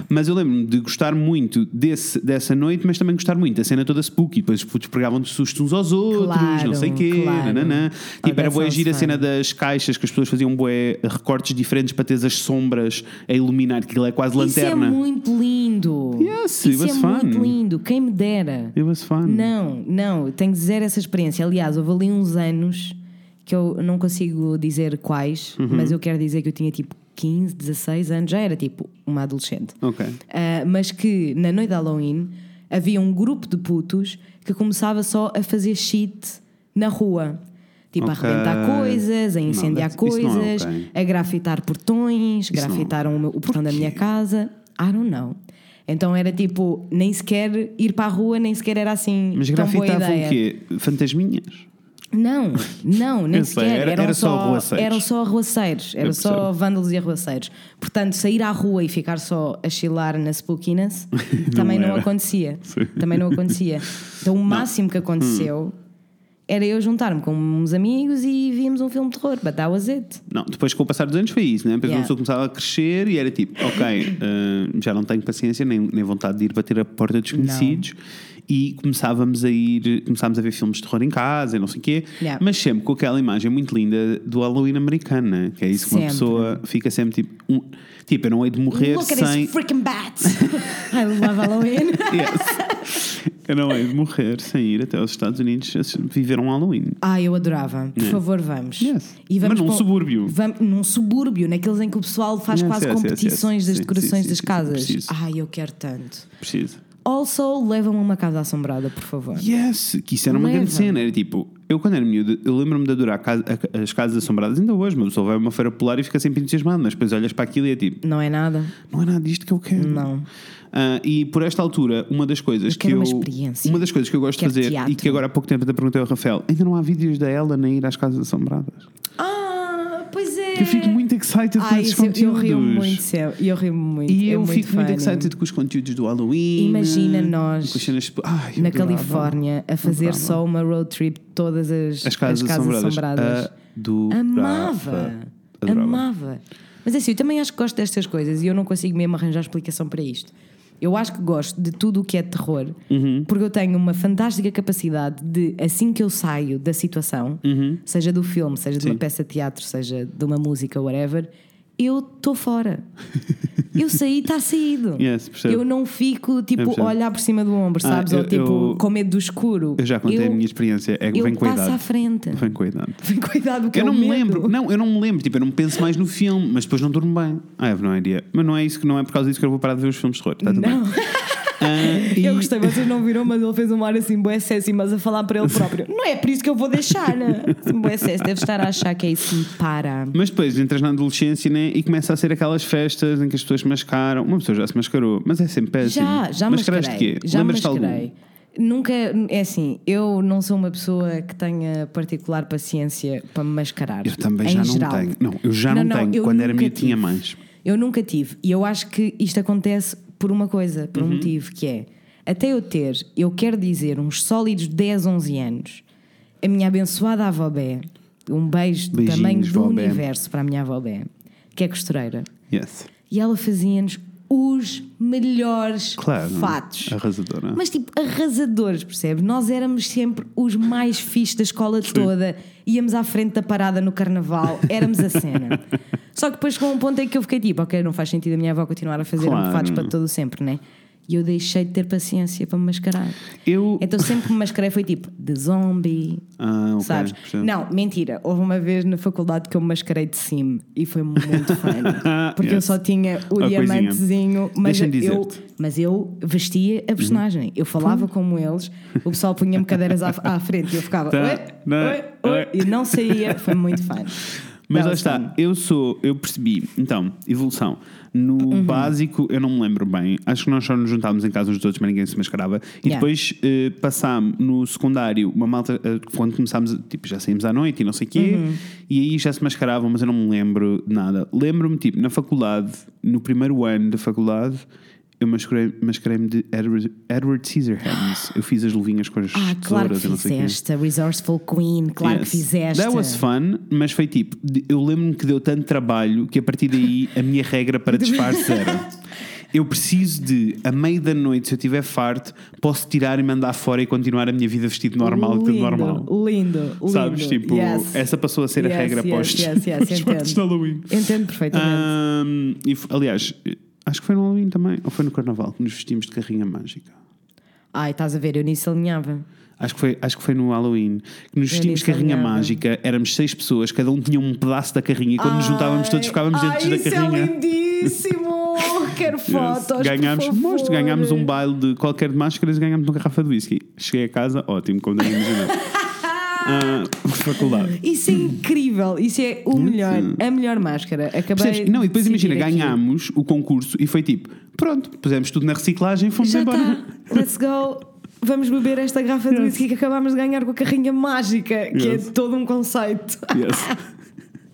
Mas eu lembro-me de gostar muito desse, dessa noite, mas também gostar muito da cena toda spooky. Depois os putos pregavam de susto uns aos outros, não Claro, sei o quê. claro. nananã. Tipo, that era boa sounds gira a fun. cena das caixas que as pessoas faziam bué recortes diferentes para ter as sombras a iluminar, que aquilo é quase lanterna. Isso é muito lindo. Yes, it Isso was é fun. muito lindo. Quem me dera. It was fun. Não, não, tenho zero essa experiência. Aliás, houve ali uns anos que eu não consigo dizer quais, Uhum. mas eu quero dizer que eu tinha tipo 15, 16 anos, já era tipo uma adolescente. Ok. Ah, mas que na noite de Halloween havia um grupo de putos que começava só a fazer shit na rua. Tipo, a Ok. arrebentar coisas, a Não, incendiar that's- isso não é coisas, ok. a grafitar portões, não- é grafitaram o, meu- o portão da minha casa. I don't know. Então era tipo, nem sequer ir para a rua, nem sequer era assim. Mas tão boa grafitavam o ideia. quê? Fantasminhas? Não, não, nem Eu sei, sequer. era- eram era só só arruaceiros. Eram só arruaceiros, eram só percebo. vândalos e arruaceiros. Portanto, sair à rua e ficar só a chilar na spookiness também não era. acontecia. Sim. Hum. Também não acontecia. Então, o máximo que aconteceu era eu juntar-me com uns amigos e vimos um filme de terror, but that was it. Não, depois com o passar dos anos foi isso, né? Depois Yeah. uma pessoa começava a crescer e era tipo, ok, eh, já não tenho paciência nem, nem vontade de ir bater a porta dos conhecidos. E começávamos a ir, começámos a ver filmes de terror em casa e não sei o quê, Yeah. mas sempre com aquela imagem muito linda do Halloween americano, né? que é isso que uma Sempre. pessoa fica sempre tipo, um- tipo, eu não hei de morrer Look at sem. these freaking bats! I love Halloween. Yes. Eu não hei de morrer sem ir até aos Estados Unidos viver um Halloween. Ah, eu adorava. Por favor, vamos. Yes. E vamos Mas num para um- subúrbio. Vamos, num subúrbio, naqueles em que o pessoal faz Yes, quase yes, yes, competições yes. das Sim, decorações sim, das sim, sim, casas. preciso. Ai, eu quero tanto. Preciso. Also, levam a uma casa assombrada, por favor. Yes! Que isso era uma Leva. grande cena. Era tipo, eu quando era miúdo, eu lembro-me de adorar ca- a- as casas assombradas, ainda hoje, uma pessoa vai a uma feira polar e fica sempre entusiasmado, mas depois olhas para aquilo e é tipo, Não é nada? não é nada disto que eu quero. Não. Ah, e por esta altura, uma das coisas que quero eu. uma experiência. uma das coisas que eu gosto de Quero fazer teatro. e que agora há pouco tempo até perguntei ao Rafael: ainda não há vídeos da ela nem ir às casas assombradas. Ah, pois é. Eu fico muito excited com Ai, esses isso eu- conteúdos. eu rio muito, Céu. Eu rio muito. E é eu muito fico muito funny. excited com os conteúdos do Halloween. Imagina nós com as cenas- Ai, eu na adorava. Califórnia a fazer Adorava. só uma road trip de todas as, As casas, assombradas. Ah, assombradas. Adorava. Amava. Adorava. Amava. Mas assim, eu também acho que gosto destas coisas e eu não consigo mesmo arranjar explicação para isto. Eu acho que gosto de tudo o que é terror, Uhum. porque eu tenho uma fantástica capacidade de, assim que eu saio da situação, Uhum. seja do filme, seja de uma peça de teatro, seja de uma música, whatever, eu estou fora. eu saí, está saído. Yes, percebo. eu não fico Eu tipo percebo. olhar por cima do ombro, Ah, sabes? eu- Ou tipo eu- com medo do escuro. Eu já contei a minha experiência. É que eu vem com a passo idade. à frente. Vem com a idade. Vem cuidado com Eu não o me medo. lembro, não, eu não me lembro, tipo, eu não penso mais no filme, mas depois não durmo bem. I have no idea. Mas não é isso que não é por causa disso que eu vou parar de ver os filmes de terror. Está tudo Não. bem. Ah, e- Eu gostei, vocês não viram, mas ele fez um ar assim, boé sexy, mas a falar para ele próprio. Não é por isso que eu vou deixar, né? Boé sexy, deve estar a achar que é isso que me para. Mas depois entras na adolescência né, e começa a ser aquelas festas em que as pessoas mascaram. Uma pessoa já se mascarou, mas é sempre péssimo. Já, já Mascaraste mascarei. quê? Já é. Lembras-te de algum? mascarei. Nunca, é assim, eu não sou uma pessoa que tenha particular paciência para me mascarar. Eu também em já não geral. tenho. Não, eu já não tenho. eu Quando era nunca miúdo tinha tive. mais. Eu nunca tive. E eu acho que isto acontece por uma coisa, por Uhum. um motivo, que é até eu ter, eu quero dizer, uns sólidos 10, 11 anos, a minha abençoada avó Bé, um beijo do Beijinhos, tamanho do vó Bé. universo para a minha avó Bé, que é costureira. Yes. E ela fazia-nos os melhores Claro. fatos. Arrasadora. Mas tipo, arrasadores, percebe? Nós éramos sempre os mais fixes da escola toda, íamos à frente da parada no carnaval, éramos a cena. Só que depois chegou um ponto em que eu fiquei tipo, ok, não faz sentido a minha avó continuar a fazer um Claro. fatos para todo o sempre, né? E eu deixei de ter paciência para me mascarar. Eu- Então sempre que me mascarei foi tipo de zombie. Ah, ok, sabes? percebo. Não, mentira. Houve uma vez na faculdade que eu me mascarei de sim e foi muito funny. Porque eu Yes. só tinha o A coisinha. diamantezinho, mas Deixa-me eu, dizer-te. Uhum. mas eu vestia a personagem. Eu falava como eles, o pessoal punha-me cadeiras à, à frente e eu ficava Tá, "Oi, né, oi, oi", oi. e não saía. Foi muito fun. Mas That lá was fun. está, eu sou, eu percebi, então, evolução. No Uhum. básico, eu não me lembro bem, acho que nós só nos juntávamos em casa uns dos outros, mas ninguém se mascarava. E Yeah. depois eh, passámos no secundário, uma malta, eh, quando começámos, tipo, já saímos à noite e não sei o quê, Uhum. e aí já se mascaravam, mas eu não me lembro de nada. Lembro-me, tipo, na faculdade, no primeiro ano da faculdade, eu mascarei- mascarei-me de Edward, Edward Scissorhands. Eu fiz as luvinhas com as Ah, claro que tesouras e não sei o quê. fizeste. Resourceful Queen, claro que Yes. fizeste. That was fun, mas foi tipo, de- eu lembro-me que deu tanto trabalho que a partir daí a minha regra para disfarce era. Eu preciso de, a meio da noite, se eu tiver farto, posso tirar e mandar fora e continuar a minha vida vestido normal, tudo Lindo, normal. Lindo, lindo. Sabes? Tipo, Yes. essa passou a ser Yes, a regra yes, para os, yes, yes, para os partos de entendo. Halloween. Entendo Ah. perfeitamente. Ahm, e f- aliás, acho que foi no Halloween também, ou foi no Carnaval, que nos vestimos de carrinha mágica. Ai, estás a ver, eu nisso alinhava. Acho que, foi, acho que foi no Halloween que nos vestimos de nem carrinha sonhava. mágica, éramos seis pessoas, cada um tinha um pedaço da carrinha e quando nos juntávamos todos ficávamos Ai, dentro da isso carrinha. é lindíssimo! Quero Yes. fotos. ganhámos, por favor. mostro, ganhámos um baile de qualquer de máscaras e ganhámos uma garrafa de whisky. Cheguei a casa, ótimo, como devia imaginar. Ah, faculdade. Isso é incrível, isso é o melhor, a melhor máscara. Acabei Percebes? Não, e depois de imagina, decidir aqui. ganhámos o concurso e foi tipo, pronto, pusemos tudo na reciclagem e fomos Já embora. está, let's go. Vamos beber esta garrafa de whisky que acabámos de ganhar com a carrinha mágica, que Yes. é todo um conceito.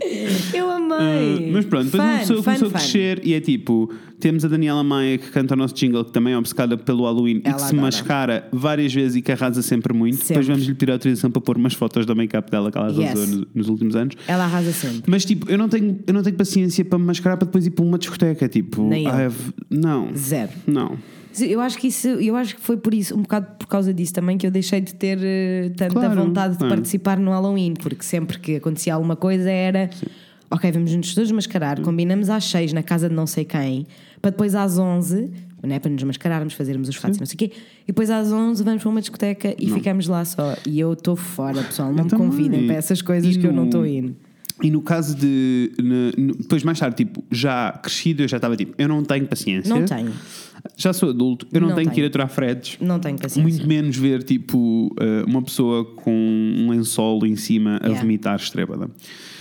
Yes. Eu amei. Uh, Mas pronto, depois uma Fun, pessoa fun, começou fun. a crescer e é tipo: temos a Daniela Maia que canta o nosso jingle, que também é obcecada pelo Halloween e Ela que se adora. mascara várias vezes e que arrasa sempre muito. Sempre. Depois vamos lhe pedir autorização para pôr umas fotos da make-up dela que ela arrasou Yes. no- nos últimos anos. Ela arrasa sempre. Mas tipo, eu não tenho, eu não tenho paciência para me mascarar para depois ir para uma discoteca. Tipo, Nem eu. I have- não. Zero. Não. Eu acho que isso, eu acho que foi por isso, um bocado por causa disso também que eu deixei de ter eh, tanta Claro, vontade de é. participar no Halloween, porque sempre que acontecia alguma coisa era Ok, vamos nos todos Hum. mascarar, combinamos às 6 na casa de não sei quem, para depois às 11, né, para nos mascararmos, fazermos os fatos e não sei o quê, e depois às 11 vamos para uma discoteca e ficamos lá só. E eu estou fora, pessoal, não me também. convidem para essas coisas Então, E que eu não no- estou indo. E no caso de. na- no- depois, mais tarde, tipo, já crescido, eu já estava tipo, eu não tenho paciência. Não tenho. Já sou adulto, eu não, Não tenho, que ir tenho. aturar fredes. Não tenho paciência. Muito menos ver, tipo, eh, uma pessoa com um lençol em cima a Yeah. vomitar estrébada.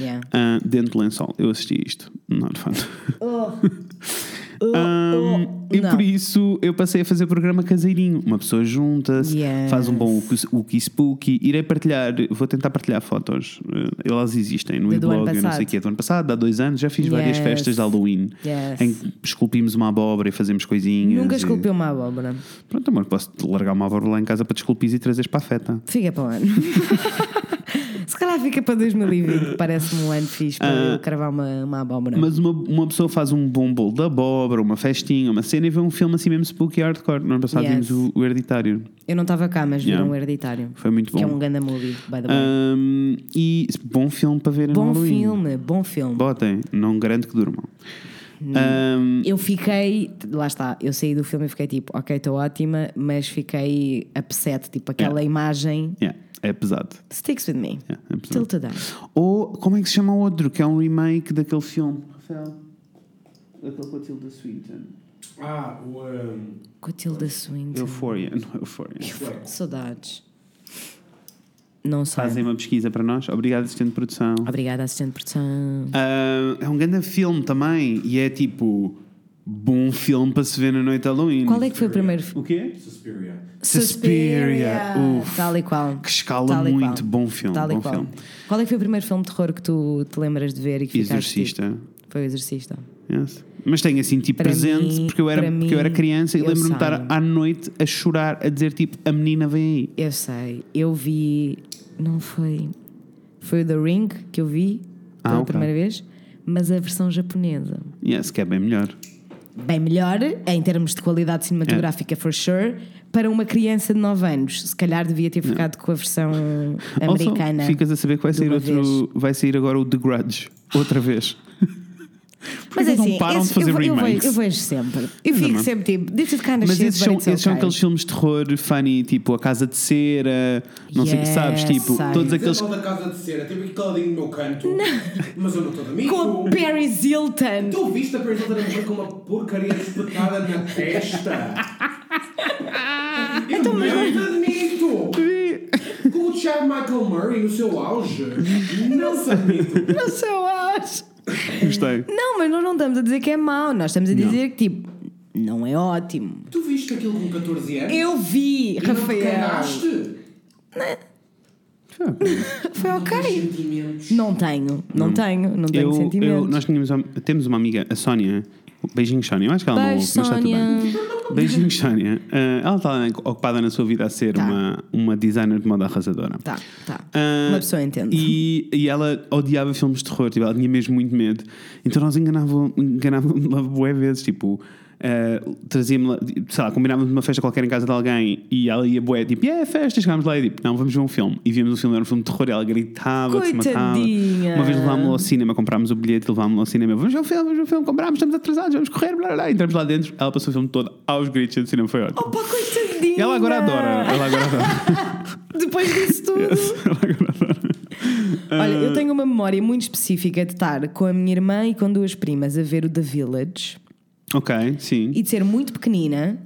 Yeah. Ah, dentro do lençol. Eu assisti isto. Not fun. Ahm, e Oh. não. por isso eu passei a fazer programa caseirinho. Uma pessoa junta-se, Yes. faz um bom uki- Uki Spooky. Irei partilhar, vou tentar partilhar fotos. Eh, Elas existem no Do- do blog, ano eu não sei o passado. que, do ano passado, há dois anos. Já fiz várias Yes. festas de Halloween Yes. em que esculpimos uma abóbora e fazemos coisinhas. Nunca e- esculpiu uma abóbora. Pronto, amor, posso te largar uma abóbora lá em casa para te esculpir e trazeres para a feta. Fica para o ano. Se calhar fica para 2020, parece-me um ano fixe para eu cravar uma, uma abóbora. Ah. Mas uma, uma pessoa faz um bom bolo de abóbora, uma festinha, uma cena e vê um filme assim mesmo spooky hardcore. No ano passado Yes. vimos o, o Hereditário. Eu não estava cá, mas Yeah. viram um hereditário. Foi muito bom. Que é um ganda movie, by the way. Ahm, e bom filme para ver no bom um Halloween. filme, bom filme. Botem, não garanto que durmam. Ahm, Eu fiquei, lá está, eu saí do filme e fiquei tipo, ok, estou ótima, mas fiquei upset, tipo aquela Yeah. imagem. yeah, é pesado. Sticks with me. Yeah, é pesado. Till today. Ou como é que se chama o outro? Que é um remake daquele filme, Rafael? Aquele com a Tilda Swinton. Ah, o. Um, Com a Tilda Swinton. Euphoria, não é Euphoria. Saudades. Não sei. Fazem uma pesquisa para nós. Obrigado, assistente de produção. Obrigada, assistente de produção. Ah, é um grande filme também e é tipo bom filme para se ver na noite de Halloween. Qual é que foi o primeiro filme? O quê? Suspiria. Suspiria. Uf. Tal e qual. Que escala Tal e qual. muito. Bom filme, Tal e bom qual. filme. Qual é que foi o primeiro filme de terror que tu te lembras de ver e que ficaste, Exorcista. tipo, Foi o Exorcista. Yes. Mas tenho assim tipo Para presente mim- porque eu era para porque eu era mim, criança e eu lembro-me de estar sei. à noite a chorar a dizer tipo a menina vem aí. Eu sei. Eu vi. Não foi. Foi o The Ring que eu vi pela Ah, ok. primeira vez, mas a versão japonesa. Yes, que é bem melhor. Bem melhor, em termos de qualidade É. cinematográfica, for sure. Para uma criança de 9 anos, se calhar devia ter ficado com a versão Also, É americana. ficas a saber que vai de sair uma outro vez. vai sair agora o The Grudge outra vez. Porque Mas eles assim, não param esses- de fazer eu, ve- eu, vejo, remakes. eu vejo sempre. Eu também. fico sempre tipo, this is kind of Mas shit, esses, but são, it's esses são okay. aqueles filmes de terror funny, tipo A Casa de Cera, não sei o que Yes, sabes, tipo, sei. todos Mas aqueles. da casa de cera, tipo aquele caladinho no meu canto. Mas eu não estou de amigo. Com Paris Hilton. Tu viste a pergunta de com uma porcaria espetada na testa? Eu não admito! Com o Chad Michael Murray no seu auge? Não se admito. Não sou acho. Gostei. Não, mas nós não estamos a dizer que é mau, nós estamos a dizer que tipo, não é ótimo. Tu viste aquilo com 14 anos? Eu vi, E não te Rafael. cagaste? Ah, Foi ok. Sentimentos. Não tenho, não tenho, não tenho Eu, eu, sentimento. nós tínhamos, uma- temos uma amiga, a Sónia. Beijinho, Sónia. Eu acho que ela não Beijo, ouve, mas está tudo Sónia. bem. Beijinho, Sónia. Ah, ela está ocupada na sua vida a ser Tá. uma, uma designer de moda arrasadora. Tá, tá. Ah, Uma pessoa entende. E, e ela odiava filmes de terror, tipo, ela tinha mesmo muito medo. Então nós enganávamos- enganávamos lá bué vezes, tipo, ah, trazíamos, lá- sei lá, combinávamos uma festa qualquer em casa de alguém e ela ia bué, tipo, yeah, é festa, chegámos lá e tipo, não, vamos ver um filme. E víamos um filme, era um filme de terror, e ela gritava, que se matava. Coitadinha. Uma vez levámos-la ao cinema, comprámos o bilhete, levámos-la ao cinema, vamos ver um filme, vamos ver um filme, comprámos, estamos atrasados, vamos correr, blá blá blá. Entramos lá dentro, ela passou o filme todo aos gritos, o cinema foi ótimo. Opa, coitadinha. E ela agora adora, ela agora adora. Depois disso tudo. ela agora adora. Ah. Olha, eu tenho uma memória muito específica de estar com a minha irmã e com duas primas a ver o The Village. Ok, sim. e de ser muito pequenina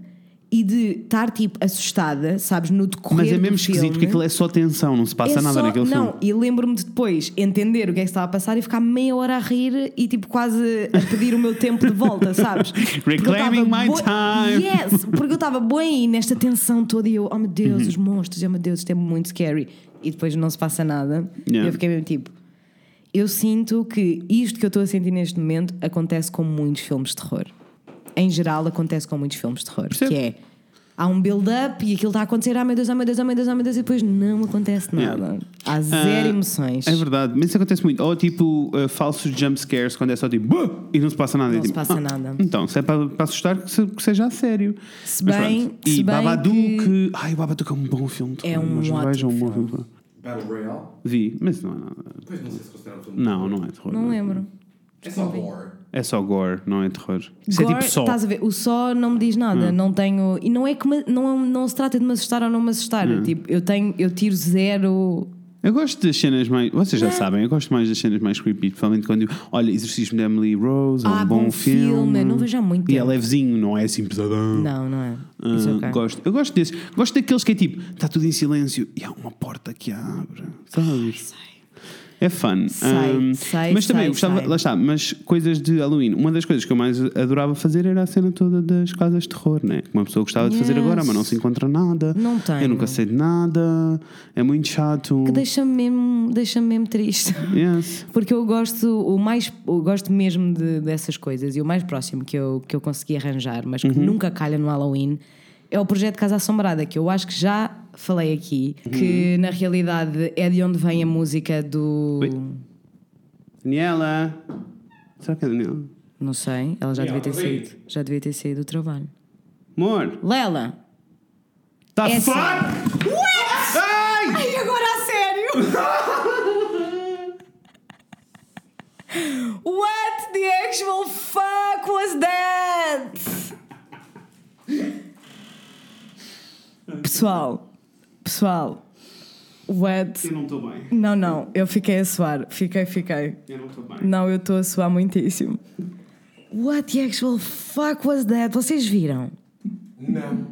e de estar tipo assustada, sabes, no decorrer Mas é do mesmo filme. esquisito porque aquilo é só tensão, não se passa É nada só- naquele não, filme. e lembro-me de depois entender o que é que estava a passar e ficar meia hora a rir e tipo quase a pedir o meu tempo de volta, sabes? Porque eu Reclaiming estava my bué- time. Yes, porque eu estava bem aí nesta tensão toda e eu, oh meu Deus, Uhum. os monstros, oh meu Deus, isto é muito scary. E depois não se passa nada. Yeah. E eu fiquei mesmo tipo, eu sinto que isto que eu estou a sentir neste momento acontece com muitos filmes de terror. Em geral, acontece com muitos filmes de terror. Percebo. Que é. Há um build-up e aquilo está a acontecer, ah meu Deus, ah meu Deus, ah meu Deus, ah meu Deus, e depois não acontece nada. Yeah. Há zero Ah, emoções. É verdade, mas isso acontece muito. Ou tipo uh, falsos jump scares quando é só tipo "Buh!" e não se passa nada. Não É se tipo, passa "Ah, nada." Então, se é para, para assustar, que, se- que seja a sério. Se Mas bem- pronto. se e bem Babadook. que- Ai, o Babadook é um bom filme. de É terror, um mas ótimo vejam um bom filme. filme. Battle Royale? Vi, mas não é nada. Pois não sei se considera um filme. Não, não é terror. Não lembro. É só gore. É só gore, não é terror. Isso é Gore, tá tipo Hum. só. Estás a ver? O só não me diz nada, não tenho. Hum. E não é que me- não, não se trata de me assustar ou não me assustar. Tipo, eu tenho, eu tiro zero. Eu Eu gosto das cenas mais. Vocês já sabem, eu gosto mais das cenas mais creepy, principalmente quando. eu- olha, Exorcismo de Emily Rose é um Ah, bom, bom filme, não vejo há muito E é tempo. levezinho, não é assim pesadão. Não, não é. Ah, Isso é ok. gosto. Eu gosto desses. Gosto daqueles que é tipo, está tudo em silêncio e há uma porta que abre. Sabes? É fun. Sei, Ahm, sei, mas também sei, eu gostava, sei. lá está, mas coisas de Halloween. Uma das coisas que eu mais adorava fazer era a cena toda das casas de terror, né? Que Uma pessoa gostava de fazer Yes. agora, mas não se encontra nada. Não Eu tenho. nunca sei de nada. É muito chato. Que deixa-me mesmo, deixa mesmo triste. Yes. Porque eu gosto, o mais, eu gosto mesmo de- dessas coisas e o mais próximo que eu, que eu consegui arranjar, mas que nunca calha no Halloween, é o projeto Casa Assombrada, que eu acho que já falei aqui, que na realidade é de onde vem a música do. Oi? Daniela! Será que é Daniela? Não sei, ela já devia ter Ela veio. saído. Já devia ter saído do trabalho. Amor! Lela! Está É fora! Ai! Ai, agora a sério! What the actual fuck was that? Pessoal, pessoal, what? Eu não estou bem. Não, não, eu fiquei a suar, fiquei, fiquei. Eu não estou bem. Não, eu estou a suar muitíssimo. What the actual fuck was that? Vocês viram? Não.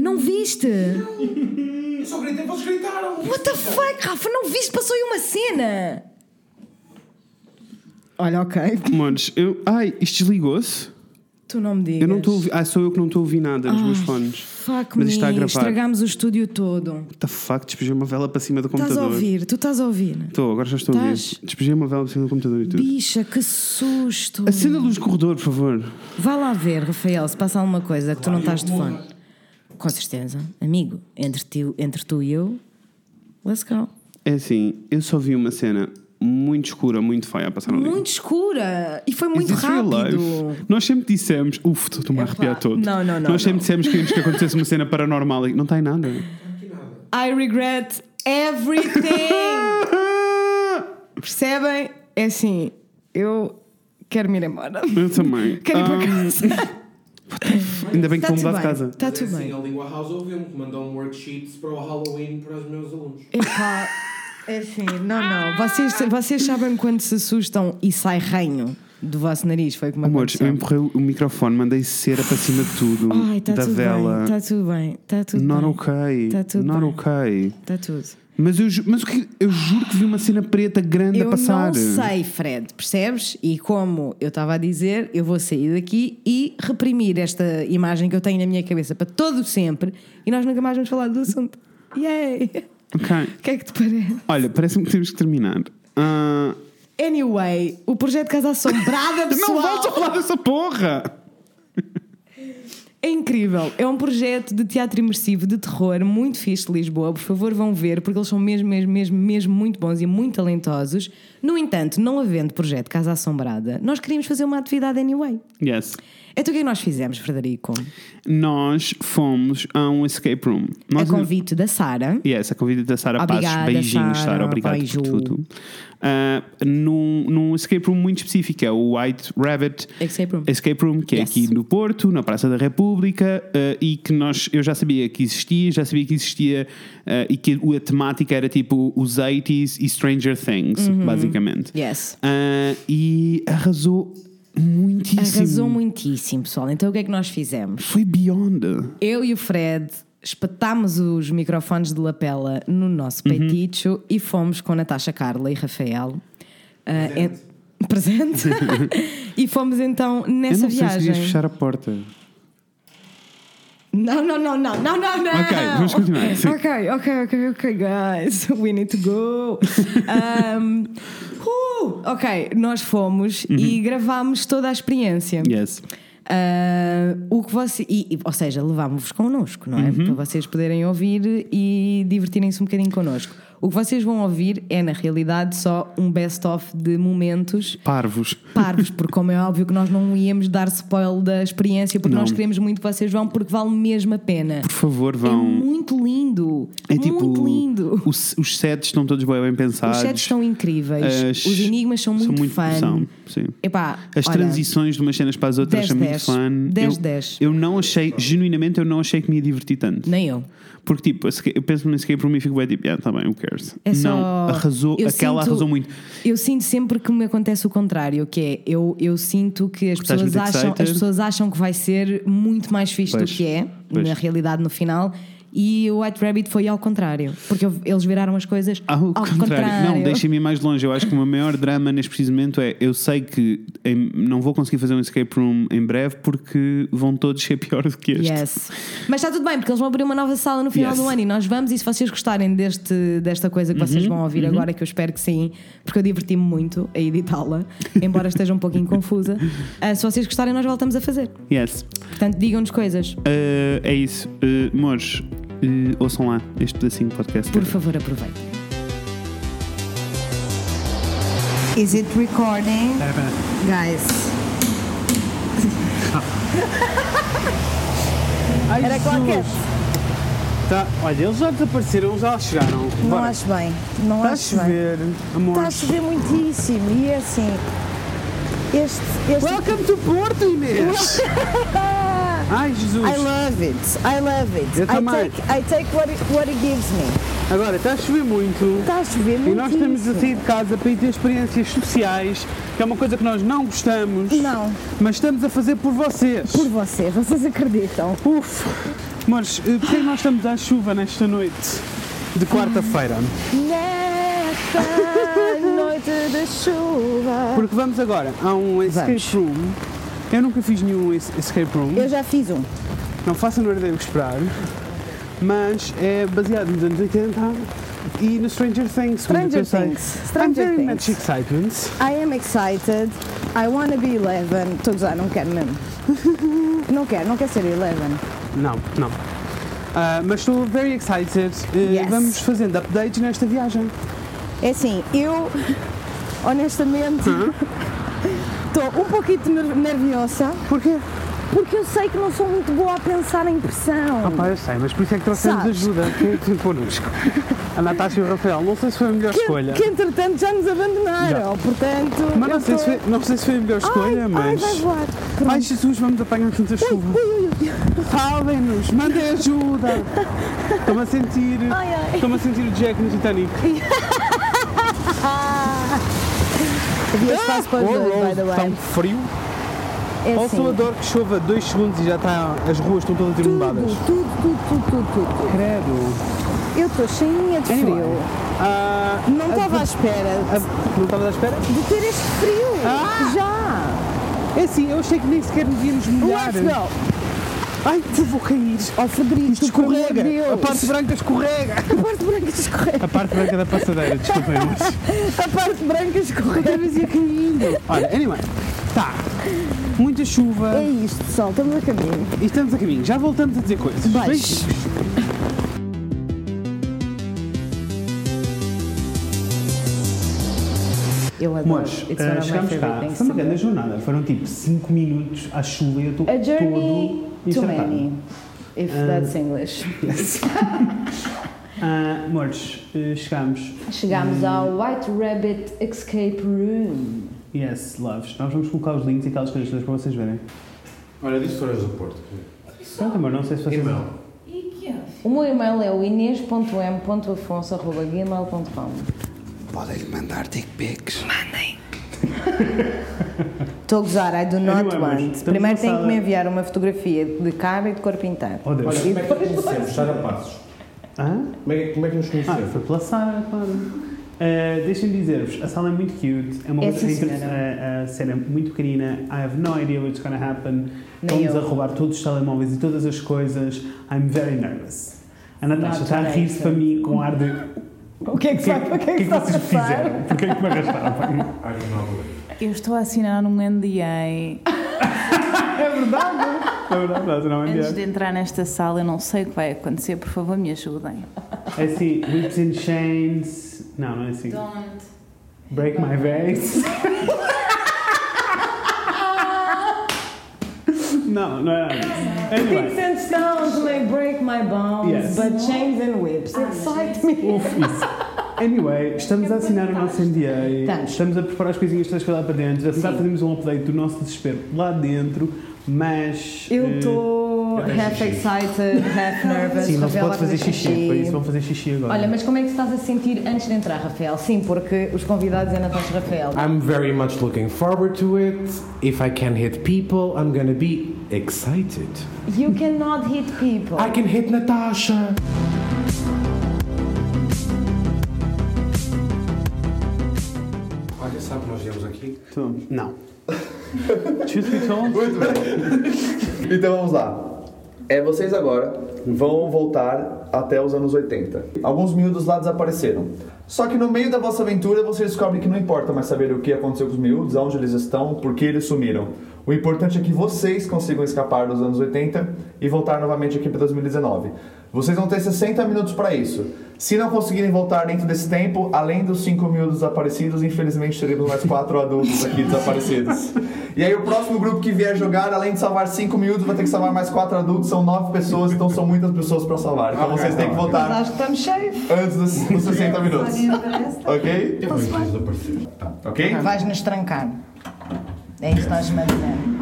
Não viste? Eu só gritei, vocês gritaram. What the fuck, Rafa? Não viste? Passou aí uma cena! Olha, ok. Amores, eu. Ai, isto desligou-se? Tu não me digas. Eu não estou a ouvir. Ah, sou eu que não estou a ouvir nada nos meus fones. Ah, Fuck Mas me. isto está a gravar. Estragámos o estúdio todo. What the fuck? Despejei uma vela para cima do Estás a computador. ouvir? Tu estás a ouvir? Estou, agora já estou a ouvir. Estás? Despejei uma vela para cima do computador e tudo. Bicha, que susto! Acenda a luz do corredor, por favor. Vá lá ver, Rafael, se passa alguma coisa que tu não estás de fone. Com certeza. Amigo, entre, ti, entre tu e eu, let's go. É assim, eu só vi uma cena muito escura, muito feia a passar ali. Muito escura! E foi Is muito this real rápido. É life? Nós sempre dissemos. Uf, estou-me a arrepiar todo. não, não, não, Nós sempre não. dissemos que queríamos que acontecesse uma cena paranormal e não está em nada. I regret everything! Percebem? É assim, eu quero me ir embora. Eu também. Quero ir para Ah, casa. Ainda bem que Está estou tudo a mudar bem. de casa. Está Mas é Tá tudo assim, bem. a língua house ouviu-me que mandou um worksheet para o Halloween para os meus alunos. Epá, é assim, não, não. Vocês, vocês sabem quando se assustam e sai ranho do vosso nariz, foi como Amores, eu aconteceu. empurrei o microfone, mandei cera para cima de tudo. Ai, está da tudo vela. bem, está tudo bem, está tudo Not bem. ok. Tá tudo Not bem. ok. Está tudo. Mas, eu, ju- mas o que, eu juro que vi uma cena preta grande Eu a passar. não sei, Fred, percebes? E como eu estava a dizer, eu vou sair daqui e reprimir esta imagem que eu tenho na minha cabeça para todo o sempre e nós nunca mais vamos falar do assunto. Yay! Ok. O que é que te parece? Olha, parece-me que temos que terminar. Ah, Anyway, o projeto Casa Assombrada, pessoal, não volto a falar dessa porra! é incrível. É um projeto de teatro imersivo de terror muito fixe de Lisboa. Por favor, vão ver, porque eles são mesmo, mesmo, mesmo, mesmo muito bons e muito talentosos. No entanto, não havendo projeto Casa Assombrada, nós queríamos fazer uma atividade anyway. Yes. Então o que é que nós fizemos, Frederico? Nós fomos a um escape room. Nós a convite da Sara. Yes, a convida da Sara É Obrigada, Paz. Beijinhos, Sara, Sara. Obrigado beijo. por tudo. Ah, num, num escape room muito específico, é o White Rabbit Escape room. Escape Room, que Yes. é aqui no Porto, na Praça da República, ah, e que nós, eu já sabia que existia, já sabia que existia, ah, e que a temática era tipo os 80s e Stranger Things, Uhum. basicamente. Yes. Ah, e arrasou muitíssimo. Arrasou muitíssimo, pessoal. Então o que é que nós fizemos? Foi beyond. Eu e o Fred espetámos os microfones de lapela no nosso Uhum. peiticho e fomos com Natasha, Carla e Rafael. ah, en- presente. e fomos então eu nessa não sei se viagem. devias fechar a porta. Não, não, não, não, não, não, não. Ok, vamos continuar, sim. Ok, ok, ok, ok, guys. We need to go. Um, uh, ok, nós fomos e Uhum. gravámos toda a experiência. Yes. Ah, o que você, e- e- ou seja, levámos-vos connosco, não é? Uhum. Para vocês poderem ouvir e divertirem-se um bocadinho connosco. O que vocês vão ouvir é, na realidade, só um best-of de momentos Parvos. parvos, porque, como é óbvio, que nós não íamos dar spoiler da experiência, porque Não. nós queremos muito que vocês vão, porque vale mesmo a pena. Por favor, É vão. muito lindo! É tipo. muito lindo! Os, os sets estão todos bem, bem pensados. Os sets estão incríveis, As- os enigmas são muito, fun. são, sim. Epá, As olha, transições de umas cenas para as 10, outras são muito 10. fun. 10, eu, 10. Eu não achei, genuinamente, eu não achei que me ia divertir tanto. Nem eu. é Porque, tipo, eu penso no escape room e fico bem tipo, ah, tá bem, o que cares? É só- Não, arrasou, eu aquela sinto- arrasou muito. Eu sinto sempre que me acontece o contrário, que é eu, eu sinto que as Estás pessoas, muito acham, excited? as pessoas acham que vai ser muito mais fixe Pois, do que é, pois. na realidade, no final. E o White Rabbit foi ao contrário, porque eu- eles viraram as coisas Ao, contrário. Não, deixem-me ir mais longe. Eu acho que o meu maior drama neste preciso momento é eu sei que em- não vou conseguir fazer um escape room em breve porque vão todos ser pior do que este. Yes. Mas está tudo bem, porque eles vão abrir uma nova sala no final Yes. Uhum, do ano e nós vamos. E se vocês gostarem deste, desta coisa que vocês vão ouvir agora, que eu espero que sim, porque eu diverti-me muito a editá-la, embora esteja um pouquinho confusa. Ah, se vocês gostarem, nós voltamos a fazer. Yes. Portanto, digam-nos coisas. Uh, é isso. Uh, Mores, uh, ouçam lá este pedacinho de podcast. Por favor, aproveitem. Is it recording? É, Guys. Era qualquer. Tá, olha, eles já desapareceram, já chegaram. Não Bora. acho bem. Não Tá Está a acho bem. chover, amor. Está Tá a chover muitíssimo e é assim. Este. este Welcome to Porto, Inês! Ai, Jesus! I love it. I love it. Eu I também. take, I take what it, what it gives me. Agora, tá está a chover muito. Está a chover E muitíssimo. nós assim- estamos a sair de casa para ir ter experiências sociais, que é uma coisa que nós não gostamos, Não, mas estamos a fazer por vocês. por vocês. Vocês acreditam? Uf! Mas eh, porquê é que nós estamos à chuva nesta noite de quarta-feira? Nesta noite de chuva. Porque vamos agora a um escape Vamos. room. Eu nunca fiz nenhum es- escape room. Eu já fiz um. Não faço a merda que esperar, mas é baseado nos anos 80 e no Stranger Things. quando eu Stranger pensei, Things, I'm Stranger very Things. much excited. I am excited. I wanna be 11. Estou a gozar, não quero mesmo. Não quero, não quero ser 11. Não, não. Ah, mas estou very excited. Eh, Yes. Vamos fazendo updates nesta viagem. É assim, eu honestamente estou um pouquinho ner- nerviosa Porquê? porque eu sei que não sou muito boa a pensar em pressão. Ah pá, eu sei, mas por isso é que trouxemos Sabes? ajuda. Quem é que connosco? A Natácia e o Rafael. Não sei se foi a melhor escolha. que, que entretanto já nos abandonaram, portanto. Mas eu não sei, se tô- foi, não sei se foi a melhor escolha, ai, mas. Ai, vai voar. Ai, Jesus, vamos apanhar tanta chuva. Salvem-nos, mandem ajuda. Estou-me a sentir. Ai, ai. Estou-me a sentir o Jack no Titanic. Havia espaço para os dois, by the tão way. frio. É Ou assim, então, sou adoro que chova 2 segundos e já está. As ruas estão todas tudo, inundadas. tudo, tudo, tudo, tudo, tudo. Credo. Eu estou cheinha de frio. Anyway. Ah, Não a- estava à espera a- Não estava à espera? de ter este frio. Ah! Já. É assim, eu achei que nem sequer nos íamos molhar. Let's go. Ai, eu vou cair. Ó Frederico, Isto tu, por amor de escorrega. Deus. A parte branca escorrega. A parte branca escorrega. A parte branca da passadeira, desculpem. mas- A parte branca escorrega. Mas ia caindo. Olha, anyway, tá. Muita chuva É isto, pessoal. Estamos a caminho. e estamos a caminho. Já voltamos a dizer coisas. Beijos. Eu adoro. Mas eh, It's one of my chegámos favorite cá, things foi to uma do. grande jornada. Foram tipo 5 minutos à chuva e eu estou A journey todo too encharcado. many, if Eh, that's English. Ah, Mores, eh, chegámos. Chegámos ao White Rabbit Escape Room. Yes, loves. Nós vamos colocar os links e aquelas coisas todas para vocês verem. Olha, diz histórias do Porto. Pronto, amor, não sei se vocês... Irmão, O meu e-mail é o inês.m.afonso.gmail.com podem mandar dick pics. Estou a gozar, I do Anyway, not mas want. estamos Primeiro na tem que sala. me enviar uma fotografia de cara e de corpo inteiro. Oh, Deus. Olha, como é que conhecemos? Sara Passos. Hã? Como é, que- como é que nos Ah, conhecemos? foi pela Sara, claro. Uh, Deixem-me dizer-vos, a sala é muito cute, é uma É coisa sim, inter- senhora. a, a cena é muito pequenina. I have no idea what's gonna happen. Nem Estão-nos a eu. roubar todos os telemóveis e todas as coisas. I'm very nervous. A Natasha Not está a rir-se nervous. para mim com ar de. O que é que, o que, é que vocês fizeram? Porquê é que me arrastaram? Ai, que mal. Eu estou a assinar um NDA. Na verdade, não, não é Antes melhor. de entrar nesta sala, eu não sei o que vai acontecer. Por favor, me ajudem. É assim, whips and chains. Não, não é assim. Don't. Break my vase. não, não é nada. Anyway. and stones may break my bones, Yes. but chains and whips excite me. Uf, isso. Anyway, estamos a assinar o nosso NDA, Estamos. estamos a preparar as coisinhas todas para lá para dentro, já fazemos um update do nosso desespero lá dentro, mas. Eu eh, estou estou half excited, half nervous. Sim, não se Rafael pode vai fazer xixi, por isso vão fazer xixi agora. Olha, mas como é que se estás a sentir antes de entrar, Rafael? Sim, porque os convidados ainda estão Rafael. I'm very much looking forward to it. If I can hit people, I'm gonna be excited. You cannot hit people. I can hit Natasha. Olha, sabe que nós viemos aqui? Tu- Não. Truth be told, Então vamos lá. É, vocês agora vão voltar até os anos 80. Alguns miúdos lá desapareceram. Só que no meio da vossa aventura vocês descobrem que não importa mais saber o que aconteceu com os miúdos, aonde eles estão, por que eles sumiram. O importante é que vocês consigam escapar dos anos 80 e voltar novamente aqui para 2019. Vocês vão ter 60 minutos para isso. Se não conseguirem voltar dentro desse tempo, além dos 5 miúdos desaparecidos, infelizmente teremos mais 4 adultos aqui desaparecidos. E aí o próximo grupo que vier jogar, além de salvar 5 miúdos, vai ter que salvar mais 4 adultos, são 9 pessoas, então são muitas pessoas para salvar. Então vocês têm que voltar Acho que estamos cheios. antes dos, dos 60 minutos. Ok? Tá, Ok? Vais-nos trancar. É isso que nós imaginamos.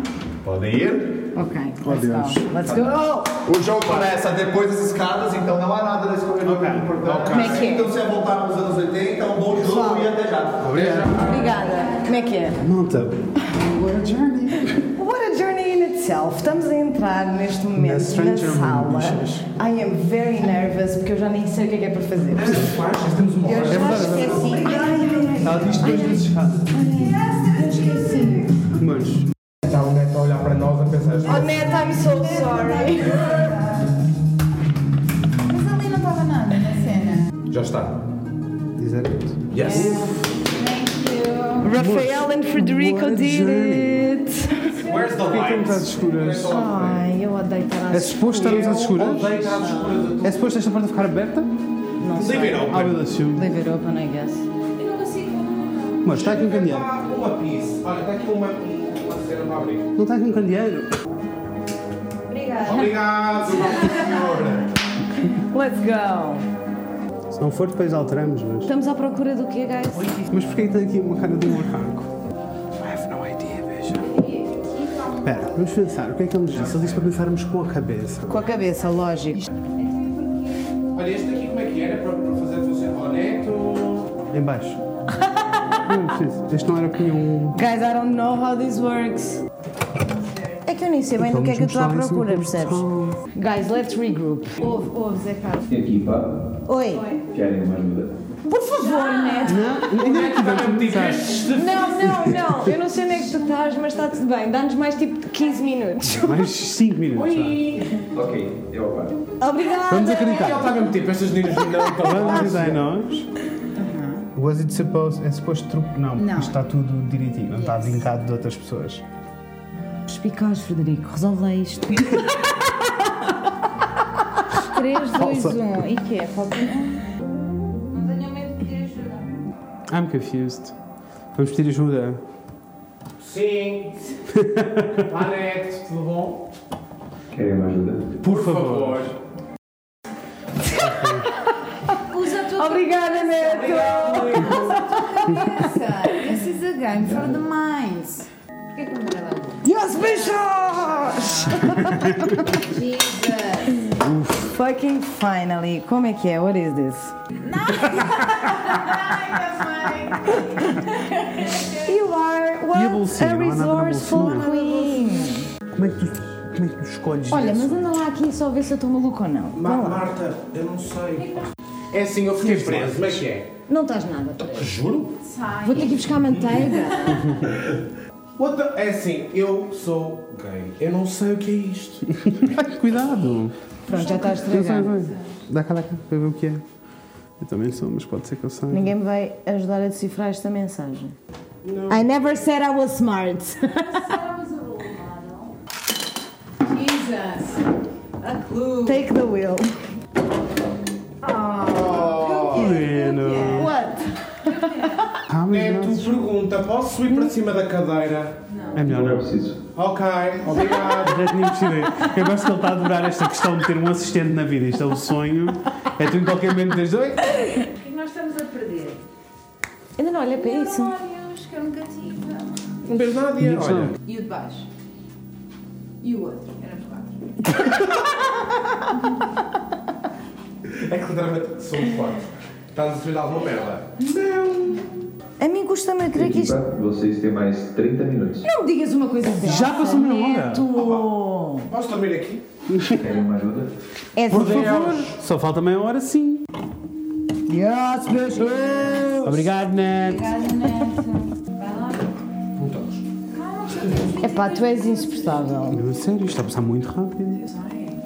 Podem ir. Ok, let's go. Let's go. O jogo começa depois das escadas, então não há nada nesse corredor muito importante. Como é que é? Então você vai voltar para os anos 80, um bom jogo e até já. Obrigada. Como é que é? monta. What a journey in itself. Estamos a entrar neste momento na, stranger sala. room, I am very nervous porque eu já nem sei o que é que é para fazer. Eu já esqueci. assim. Ai, ai, Ela diz duas vezes errado. ai. Eu esqueci. Mas Está o neto a olhar para nós a pensar. Oh, Neta, tá I'm so sorry. Mas ali não estava nada na cena. Já está. diz a verdade. Yes. Rafael and Frederico did it. Where's the Porquê que estamos às escuras? Ai, eu odeio estar É suposto estarmos às escuras? É suposto esta porta ficar aberta? Leave it open. I will assume. Leave it open, I guess. Mas está aqui um candeeiro. Ah, Uma piece. Olha, está aqui uma, uma cena para abrir. Não está aqui um candeeiro? Obrigado, nossa senhora. Let's go. Se não for, depois alteramos, mas... Estamos à procura do quê, guys? Mas porquê que tem aqui uma cara de um macaco? I have no idea, veja. Espera, vamos pensar. O que é que ele nos disse? Ele disse para pensarmos com a cabeça. Com a cabeça, lógico. Olha, este aqui como é que era para, para fazer você? Ó, neto. Em baixo. Não, preciso. Este não era para um... Guys, I don't know how this works. É que eu nem sei bem do que é que eu estou à procura, percebes? Guys, let's regroup. Ouve, ouve, Zé Carlos. Equipa, Oi. querem uma ajuda? Por favor, Neto. Ainda é que vamos começar. Não, não, não. Eu não sei onde é que tu estás, mas está tudo bem. Dá-nos mais tipo 15 minutos. Mais 5 minutos. Ok, é eu aguardo. Obrigada. Vamos acreditar. Está mesmo tipo, estas meninas não estão. Vamos acreditar em nós. Was it supposed... É suposto truque? Não, porque isto está tudo direitinho. Não está vincado de outras pessoas. Explicas, Frederico, resolve lá isto. 3, 2, 1. E que é? Falta um. Não tenho medo de pedir ajuda. I'm confused. Vamos pedir ajuda. Sim. Lá, neto, tudo bom? Querem uma ajuda? Por favor. Usa a tua Obrigada, Neto. cabeça. This is a game for the minds. Porquê que não era lá? Yes, bichos! Jesus. Fucking finally. Como é que é? What is this? You are what? a bolsinha? a Não há nada na resourceful bolsinha? queen. Como é que tu, como é que tu escolhes Olha, mas anda lá aqui só ver se eu estou maluco ou não. Ma- Marta, eu não sei. É assim, eu fiquei preso. Como é que é? Não estás nada, Teresa. Juro? Vou ter que ir buscar a manteiga. What the- É assim, eu sou gay. Eu não sei o que é isto. Ai, cuidado! Pronto, já estás Eu sei, estragado. eu sei. Dá cá, dá cá, para ver o que é. Eu também sou, mas pode ser que eu saiba. Ninguém me vai ajudar a decifrar esta mensagem. I never said I was smart. Jesus. A clue. Take the wheel. Bueno. What? Ah, É, mas Neto não. É, pergunta, posso subir para cima da cadeira? É melhor não. preciso. Ok, obrigado. Já tinha investido aí. Eu gosto que ele está a adorar esta questão de ter um assistente na vida. Isto é o sonho. É tu em qualquer momento desde oi. O que é que nós estamos a perder? Ainda não olha para isso. Olhos que eu nunca tive. Não beijo nada, Olha, E o de baixo. E o outro. Éramos quatro. É que literalmente sou um muito forte. Estás a sofrer de alguma merda. A mim custa-me a crer que isto. Vocês têm mais 30 minutos. Não me digas uma coisa dessa. Já passou meia hora. Neto. Posso dormir aqui? Querem uma ajuda? É de Por favor. Só falta meia hora, sim. Yes, beijo. Obrigado, Neto. Obrigada, Neto. Vai lá. É pá, tu és insuportável. Não, sério, isto está a passar muito rápido.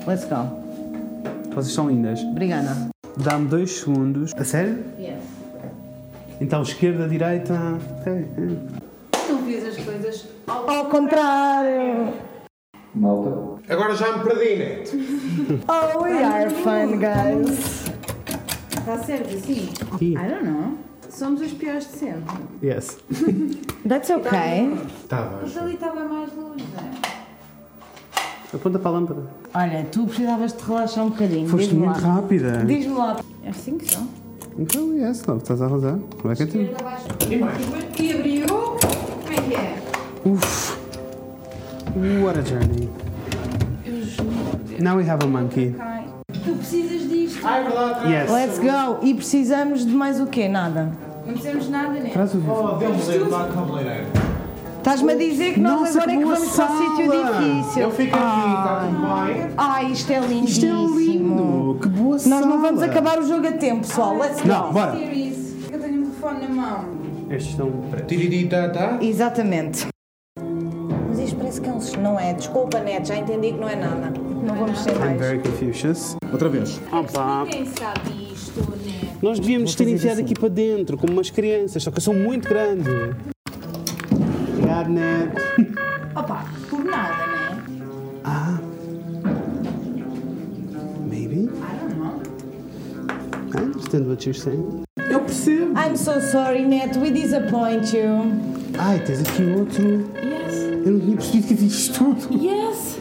Let's go. Vocês são lindas. Obrigada. Dá-me dois segundos. A sério? Então, esquerda, direita. É, Tu vias as coisas ao Ao contrário. Malta. Agora já me perdi, né? Neto. Oh, we are fun, guys. Está certo assim? Ih. I don't know. Somos os piores de sempre. é. Yes. Tá, That's okay. Mas ali estava mais luz, não é? Aponta para a lâmpada. Olha, tu precisavas de relaxar um bocadinho. Foste Diz-me muito lá. rápida. Diz-me lá. É assim que são. Então, yes, não, estás a arrasar. Vai que é E abriu. Como é que é? Uff. What a journey. Now we have a monkey. Cai. Tu precisas disto. Ah, é verdade. Yes. Let's go. E precisamos de mais o quê? Nada. Não precisamos de nada, né? Traz o vivo. Oh, deu-me ler lá no cabeleireiro. Estás-me a dizer que nós Nossa, agora é que que boa vamos para o sítio sala. difícil. Eu fico aqui, está tudo bem? Ai, isto é Isto lindíssimo. é lindo. Que boa sala. Nós não vamos acabar o jogo a tempo, pessoal. Let's go. Não, bora. Series. Eu tenho um telefone na mão. Estes estão pretos. Tiriritata. Exatamente. Mas isto parece que é um... sus- Não é. Desculpa, Neto, já entendi que não é nada. Não vamos ser mais. Very Confucius. Outra vez. Opa. Ninguém sabe isto, né? Nós devíamos ter enfiado aqui para dentro, como umas crianças, só que eu sou muito grande. Obrigado, Neto. Opa, por nada, né? Ah. Maybe. I don't know. I understand what you're saying. Eu percebo. I'm so sorry, Neto. We disappoint you. Ai, tens aqui outro. Yes. Eu não tinha percebido que havia isto tudo. Yes.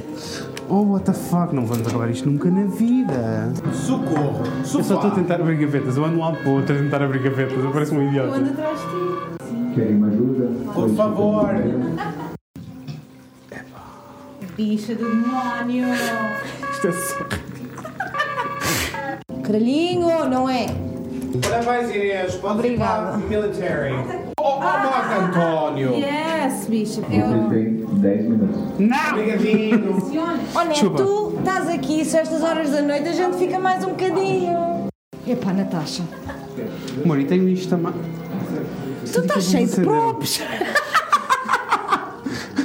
Oh, what the fuck, não vamos acabar isto nunca na vida. Socorro. Eu só estou a Sofá. tentar abrir gavetas, eu ando lá para o outro a tentar abrir gavetas, eu pareço um Eu ando idiota. atrás de ti. Querem uma ajuda? Por favor. Bicha do demónio. Isto é só. Caralhinho, não é? Parabéns, Inês. Pode ir para Obrigada. Ah, o military. Oh, oh, Marco António. Yes, bicha. Vocês Eu... têm 10 minutos. Obrigadinho. Oh, Neto, Desculpa. tu estás aqui, se estas horas da noite a gente fica mais um bocadinho. Epá, Natasha. Amor, e tenho isto também. Tu estás cheio de props.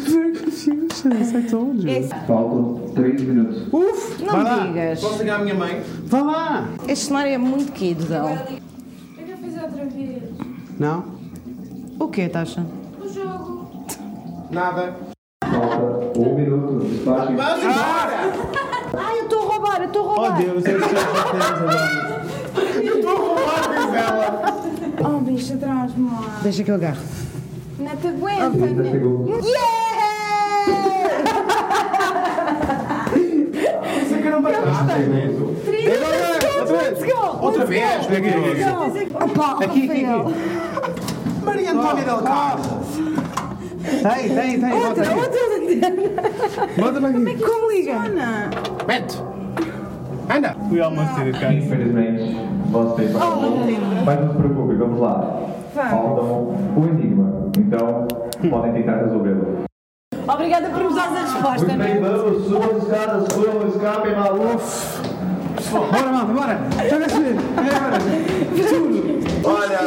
Very Confucius, I told you. Faltam 3 minutos. é Uf, Não vai me lá, digas. Posso ligar à minha mãe? vai lá. Este cenário é muito querido, Dão. Eu quero fazer outra vez. Não? O quê, Tasha? O jogo. Nada. Falta 1 minuto. Despachem. Vamos embora. Ah, eu estou a roubar, eu estou a Oh roubar. Deus, eu estou a Oh, bicha, traz-me lá. Deixa que eu agarro. Não te aguenta, 30 né? segundos. Yeah! Let's go! Outra vez. Opa, Rafael. Maria Antónia Del Carro. Tem, tem, tem. volta Outra, aqui. outra. Volta para aqui. Como é liga? Mete. Anda. We almost did it, guys. Infelizmente, vocês Oh, faltam. Mas não se preocupe, vamos lá. Faltam o enigma. Então, podem tentar resolvê-lo. Obrigada por nos dar a resposta, Muito não bem, é? vamos. Subam as escadas, um subam, escapem, malucos. Bora, malta, bora. assim. Joga-se. Olha,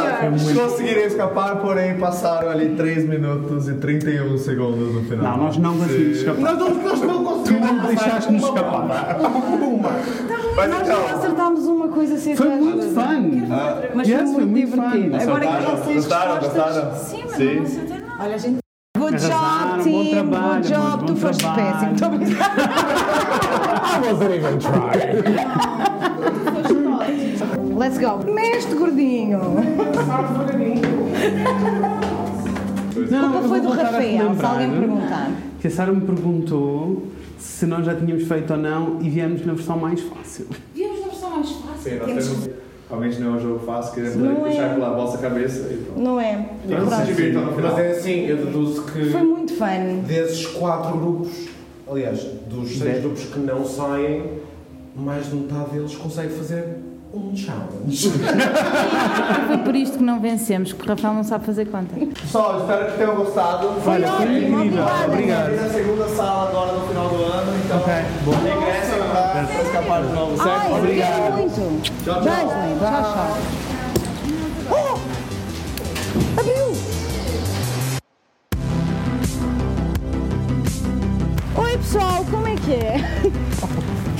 conseguiram escapar, porém passaram ali 3 minutos e 31 segundos no final. Não, nós não conseguimos escapar. Nós não, nós não Tu conseguimos. não deixaste-nos escapar. Mas Nós já então, acertámos uma coisa sem Foi todas. muito fun. Mas foi Yes, foi muito muito fun. divertido. Agora gostaram? que vocês Gostaram? respostas. Gostaram? Sim, mas Sim. não acertei nada. Olha, gente. Good Arrasaram, job, bom team. trabalho, Good job. bom Tu foste trabalho. péssimo. Então, Tô a brincar. I wasn't even trying. Let's go. Mestre gordinho. Culpa foi do Rafael, se alguém perguntar. Que a Sara me perguntou se nós já tínhamos feito ou não e viemos na versão mais fácil. Viemos na versão mais fácil. Sim, nós temos. Realmente não é um jogo fácil, queremos Não é. puxar pela vossa cabeça e pronto. Não é? Não se Pronto. divirtam no final. Mas é assim, eu deduzo Foi que muito fun. desses quatro grupos, Aliás, dos seis Dez. grupos que não saem, mais de metade deles consegue fazer um challenge. Foi por isto que não vencemos, porque o Rafael não sabe fazer conta. Pessoal, espero que tenham gostado. Foi Olha, foi ótimo, incrível. obrigada. Obrigado. Na é segunda sala agora no final do ano, então regressem para para escapar de novo, Ai, certo? eu quero muito. Tchau, tchau. Beijo, tchau, tchau. Oh! Oi pessoal, como é que é?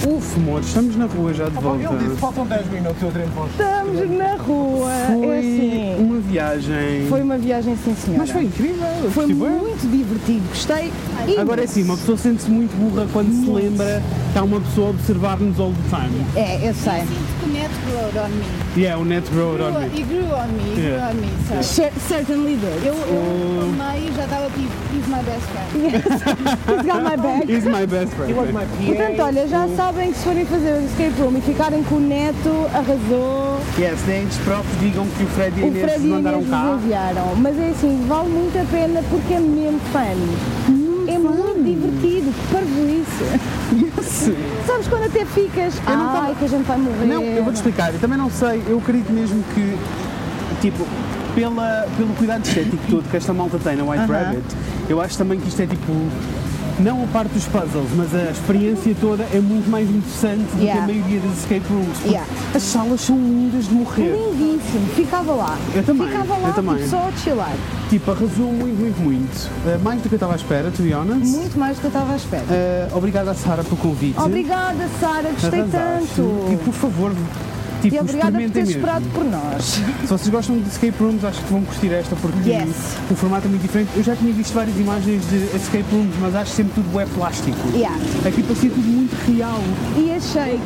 Uf, amor, estamos na rua já de Ah, volta. Ele disse, faltam 10 minutos, eu treino para os Estamos na rua. Foi É assim. uma viagem. Foi uma viagem sim senhora. Mas foi incrível. Foi Tipo, é? muito divertido, gostei. imenso. Agora é assim, uma pessoa sente-se muito burra quando se lembra que há uma pessoa a observar-nos all the time. É, eu sei. sinto que o net growed on me. Yeah, o net growed on me. Grew- It grew on me, it Yeah. grew on me, sabe? Cer- Certainly did. Eu, eu no meio já estava tipo, he's my best friend. He's got my back. He's my best friend. Portanto, olha, já sabem que se forem fazer o escape room e ficarem com o neto, arrasou. Yes, nem os próprios digam que o Fred e a O Inês Fred se e a mandaram Inês nos cá. enviaram. Mas é assim, vale muito a pena porque é mesmo fun. é muito divertido, que parvoíce. Sabes quando até ficas, Eu não ai tava- que a gente vai morrer. Não, eu vou-te explicar. Eu também não sei. Eu acredito mesmo que, tipo, pela, pelo cuidado estético todo que esta malta tem na White Aham. Rabbit, eu acho também que isto é tipo. Não a parte dos puzzles, mas a experiência toda é muito mais interessante do que Yeah. a maioria das escape rooms. porque Yeah. As salas são lindas de morrer. Lindíssimo, ficava lá. Eu também, Ficava eu lá também. tipo, só a chilar. Tipo, arrasou muito, muito, muito. Uh, mais do que eu estava à espera, to be honest. Muito mais do que eu estava à espera. Uh, obrigada à Sara pelo convite. É, Obrigada, Sara, gostei Arrasaste. tanto. E por favor, tipo, e obrigada por experimentem teres mesmo. esperado por nós. Se vocês gostam de escape rooms, acho que vão curtir esta porque Yes. o formato é muito diferente. Eu já tinha visto várias imagens de escape rooms, mas acho sempre tudo é plástico. Yeah. Aqui parecia tudo muito real. E achei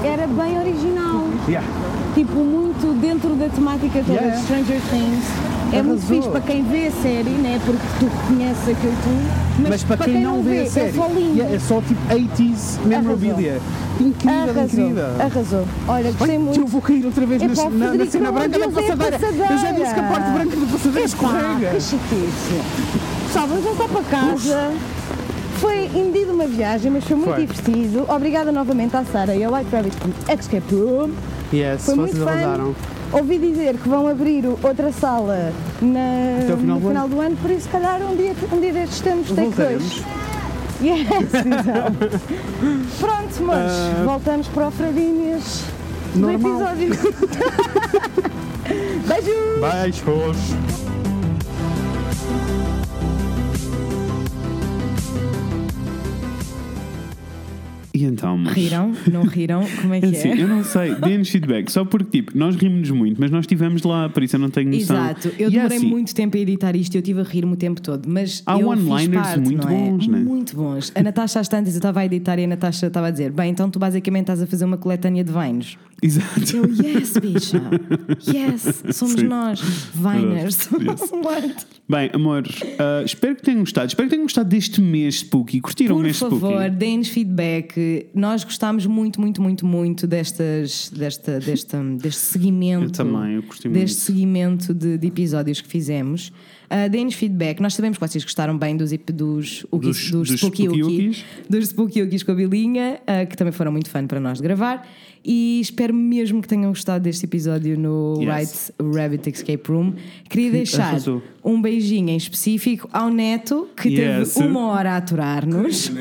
que era bem original. Yeah. Tipo, muito dentro da temática toda Yeah. de Stranger Things. É muito Arrasou. fixe para quem vê a série, né? porque tu reconheces aquilo tudo. Mas, para, quem, não vê, a é série, só lindo. yeah, é só tipo 80s memorabilia. Incrível, Arrasou, incrível. arrasou. Olha, gostei muito. Eu vou cair outra vez Epá, nas- o na, na Frederico, cena não branca da adianta, é passadeira. Eu já disse que a parte branca da passadeira Epá, escorrega. Que chatice. Pessoal, vamos voltar para casa. Foi indido uma viagem, mas foi muito Foi. divertido. Obrigada novamente à Sara e ao White Rabbit como Escape Room. Yes, Foi vocês muito arrasaram. fun. Ouvi dizer que vão abrir o- outra sala na- Até o final no do final do ano, por isso, se calhar, um dia, um dia destes temos take 2. Voltaremos. Yes, exato. Pronto, mas Ah. voltamos para o Fradinhas do Normal. episódio. Beijos! Beijos. E então, mas... Riram? Não riram? Como é que Assim, é? eu não sei, deem-nos feedback, só porque tipo, nós rimos-nos muito, mas nós estivemos lá, por isso eu não tenho noção. Exato, eu E é demorei assim, muito tempo a editar isto e eu estive a rir-me o tempo todo, mas Há eu fiz one-liners parte, muito não é? bons, né? Muito bons. A Natasha às tantas, eu estava a editar e a Natasha estava a dizer: Bem, então tu basicamente estás a fazer uma coletânea de vines. Exato. Eu, yes, bicha, yes, somos Sim. nós, viners. Yes. Bem, amores, ah, espero que tenham gostado. Espero que tenham gostado deste mês spooky. Curtiram Por este favor, spooky? deem-nos feedback. Nós gostámos muito, muito, muito, muito destas, desta, desta, deste seguimento. Eu também, eu curti muito. Deste seguimento de, de episódios que fizemos. Ah, deem-nos feedback. Nós sabemos que vocês gostaram bem dos, ep- dos, Dos- Ukis- dos, dos Spooky Spooky Uki- Ukis. Dos Spooky Ukis com a Bilinha, ah, que também foram muito fã para nós de gravar. E espero mesmo que tenham gostado deste episódio no Yes. Right Rabbit Escape Room. Queria deixar arrasou. um beijinho em específico ao Neto, que Yes. Né? teve uma hora a aturar-nos.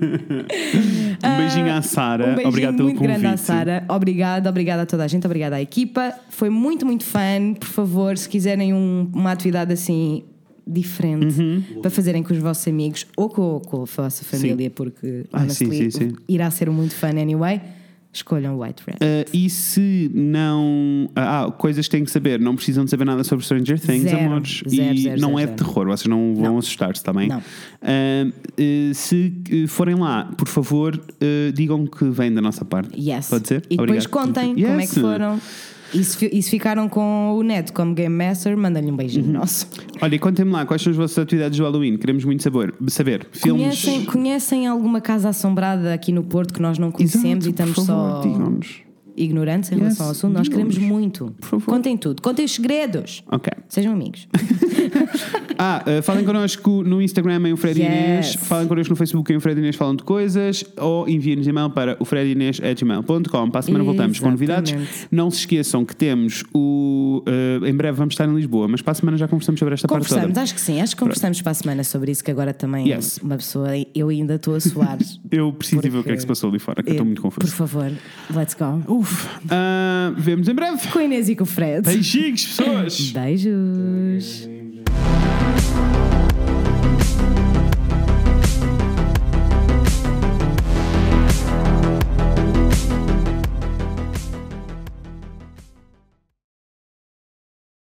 Um beijinho à Sara. Um beijinho Obrigado pelo muito convite. grande à Sara. Obrigada, obrigada a toda a gente, obrigada à equipa. Foi muito, muito fun. Por favor, se quiserem um- uma atividade assim diferente Uhum. para fazerem com os vossos amigos ou com, com a vossa família, porque Ah, sim, honestly, sim, sim. irá ser um muito fun anyway. Escolham o White Red. Ah, e se não. Ah, ah, coisas que têm que saber. Não precisam de saber nada sobre Stranger Things, Zero. amores. Zero, e zero, não zero, é zero. de terror, vocês não vão Não. assustar-se tá também. Não. se eh, forem lá, por favor, eh, digam que vem da nossa parte. Yes. Pode ser? E depois Obrigado. contem como é Yes. que foram. E se, fi- e se ficaram com o Neto como Game Master, mandem-lhe um beijinho nosso. Olha, e contem-me lá quais são as vossas atividades do Halloween. Queremos muito saber. saber. Filmes. Conhecem, conhecem alguma casa assombrada aqui no Porto que nós não conhecemos Exato, e estamos por só favor, digam-nos. ignorantes em relação ao assunto? Nós digam-nos. queremos muito. Contem tudo, contem os segredos. Ok. Sejam amigos. ah, uh, falem connosco no Instagram em o Fred Yes. Inês, falem connosco no Facebook em o Fred Inês falam de coisas ou enviem-nos e-mail para o fredinês.gmail.com. Para a semana voltamos com novidades. Exatamente. Não se esqueçam que temos o. uh, em breve vamos estar em Lisboa, mas para a semana já conversamos sobre esta parte Conversamos, toda. acho que sim, acho que conversamos para a semana sobre isso, que agora também Yes. uma pessoa, eu ainda estou a suar. Eu preciso de ver o que é Porque- que se passou ali fora, que eu estou muito Por confuso. favor, let's go. Uf. Ah, vemos em breve. Com a Inês e com o Fred. Beijinhos, pessoas! Beijos.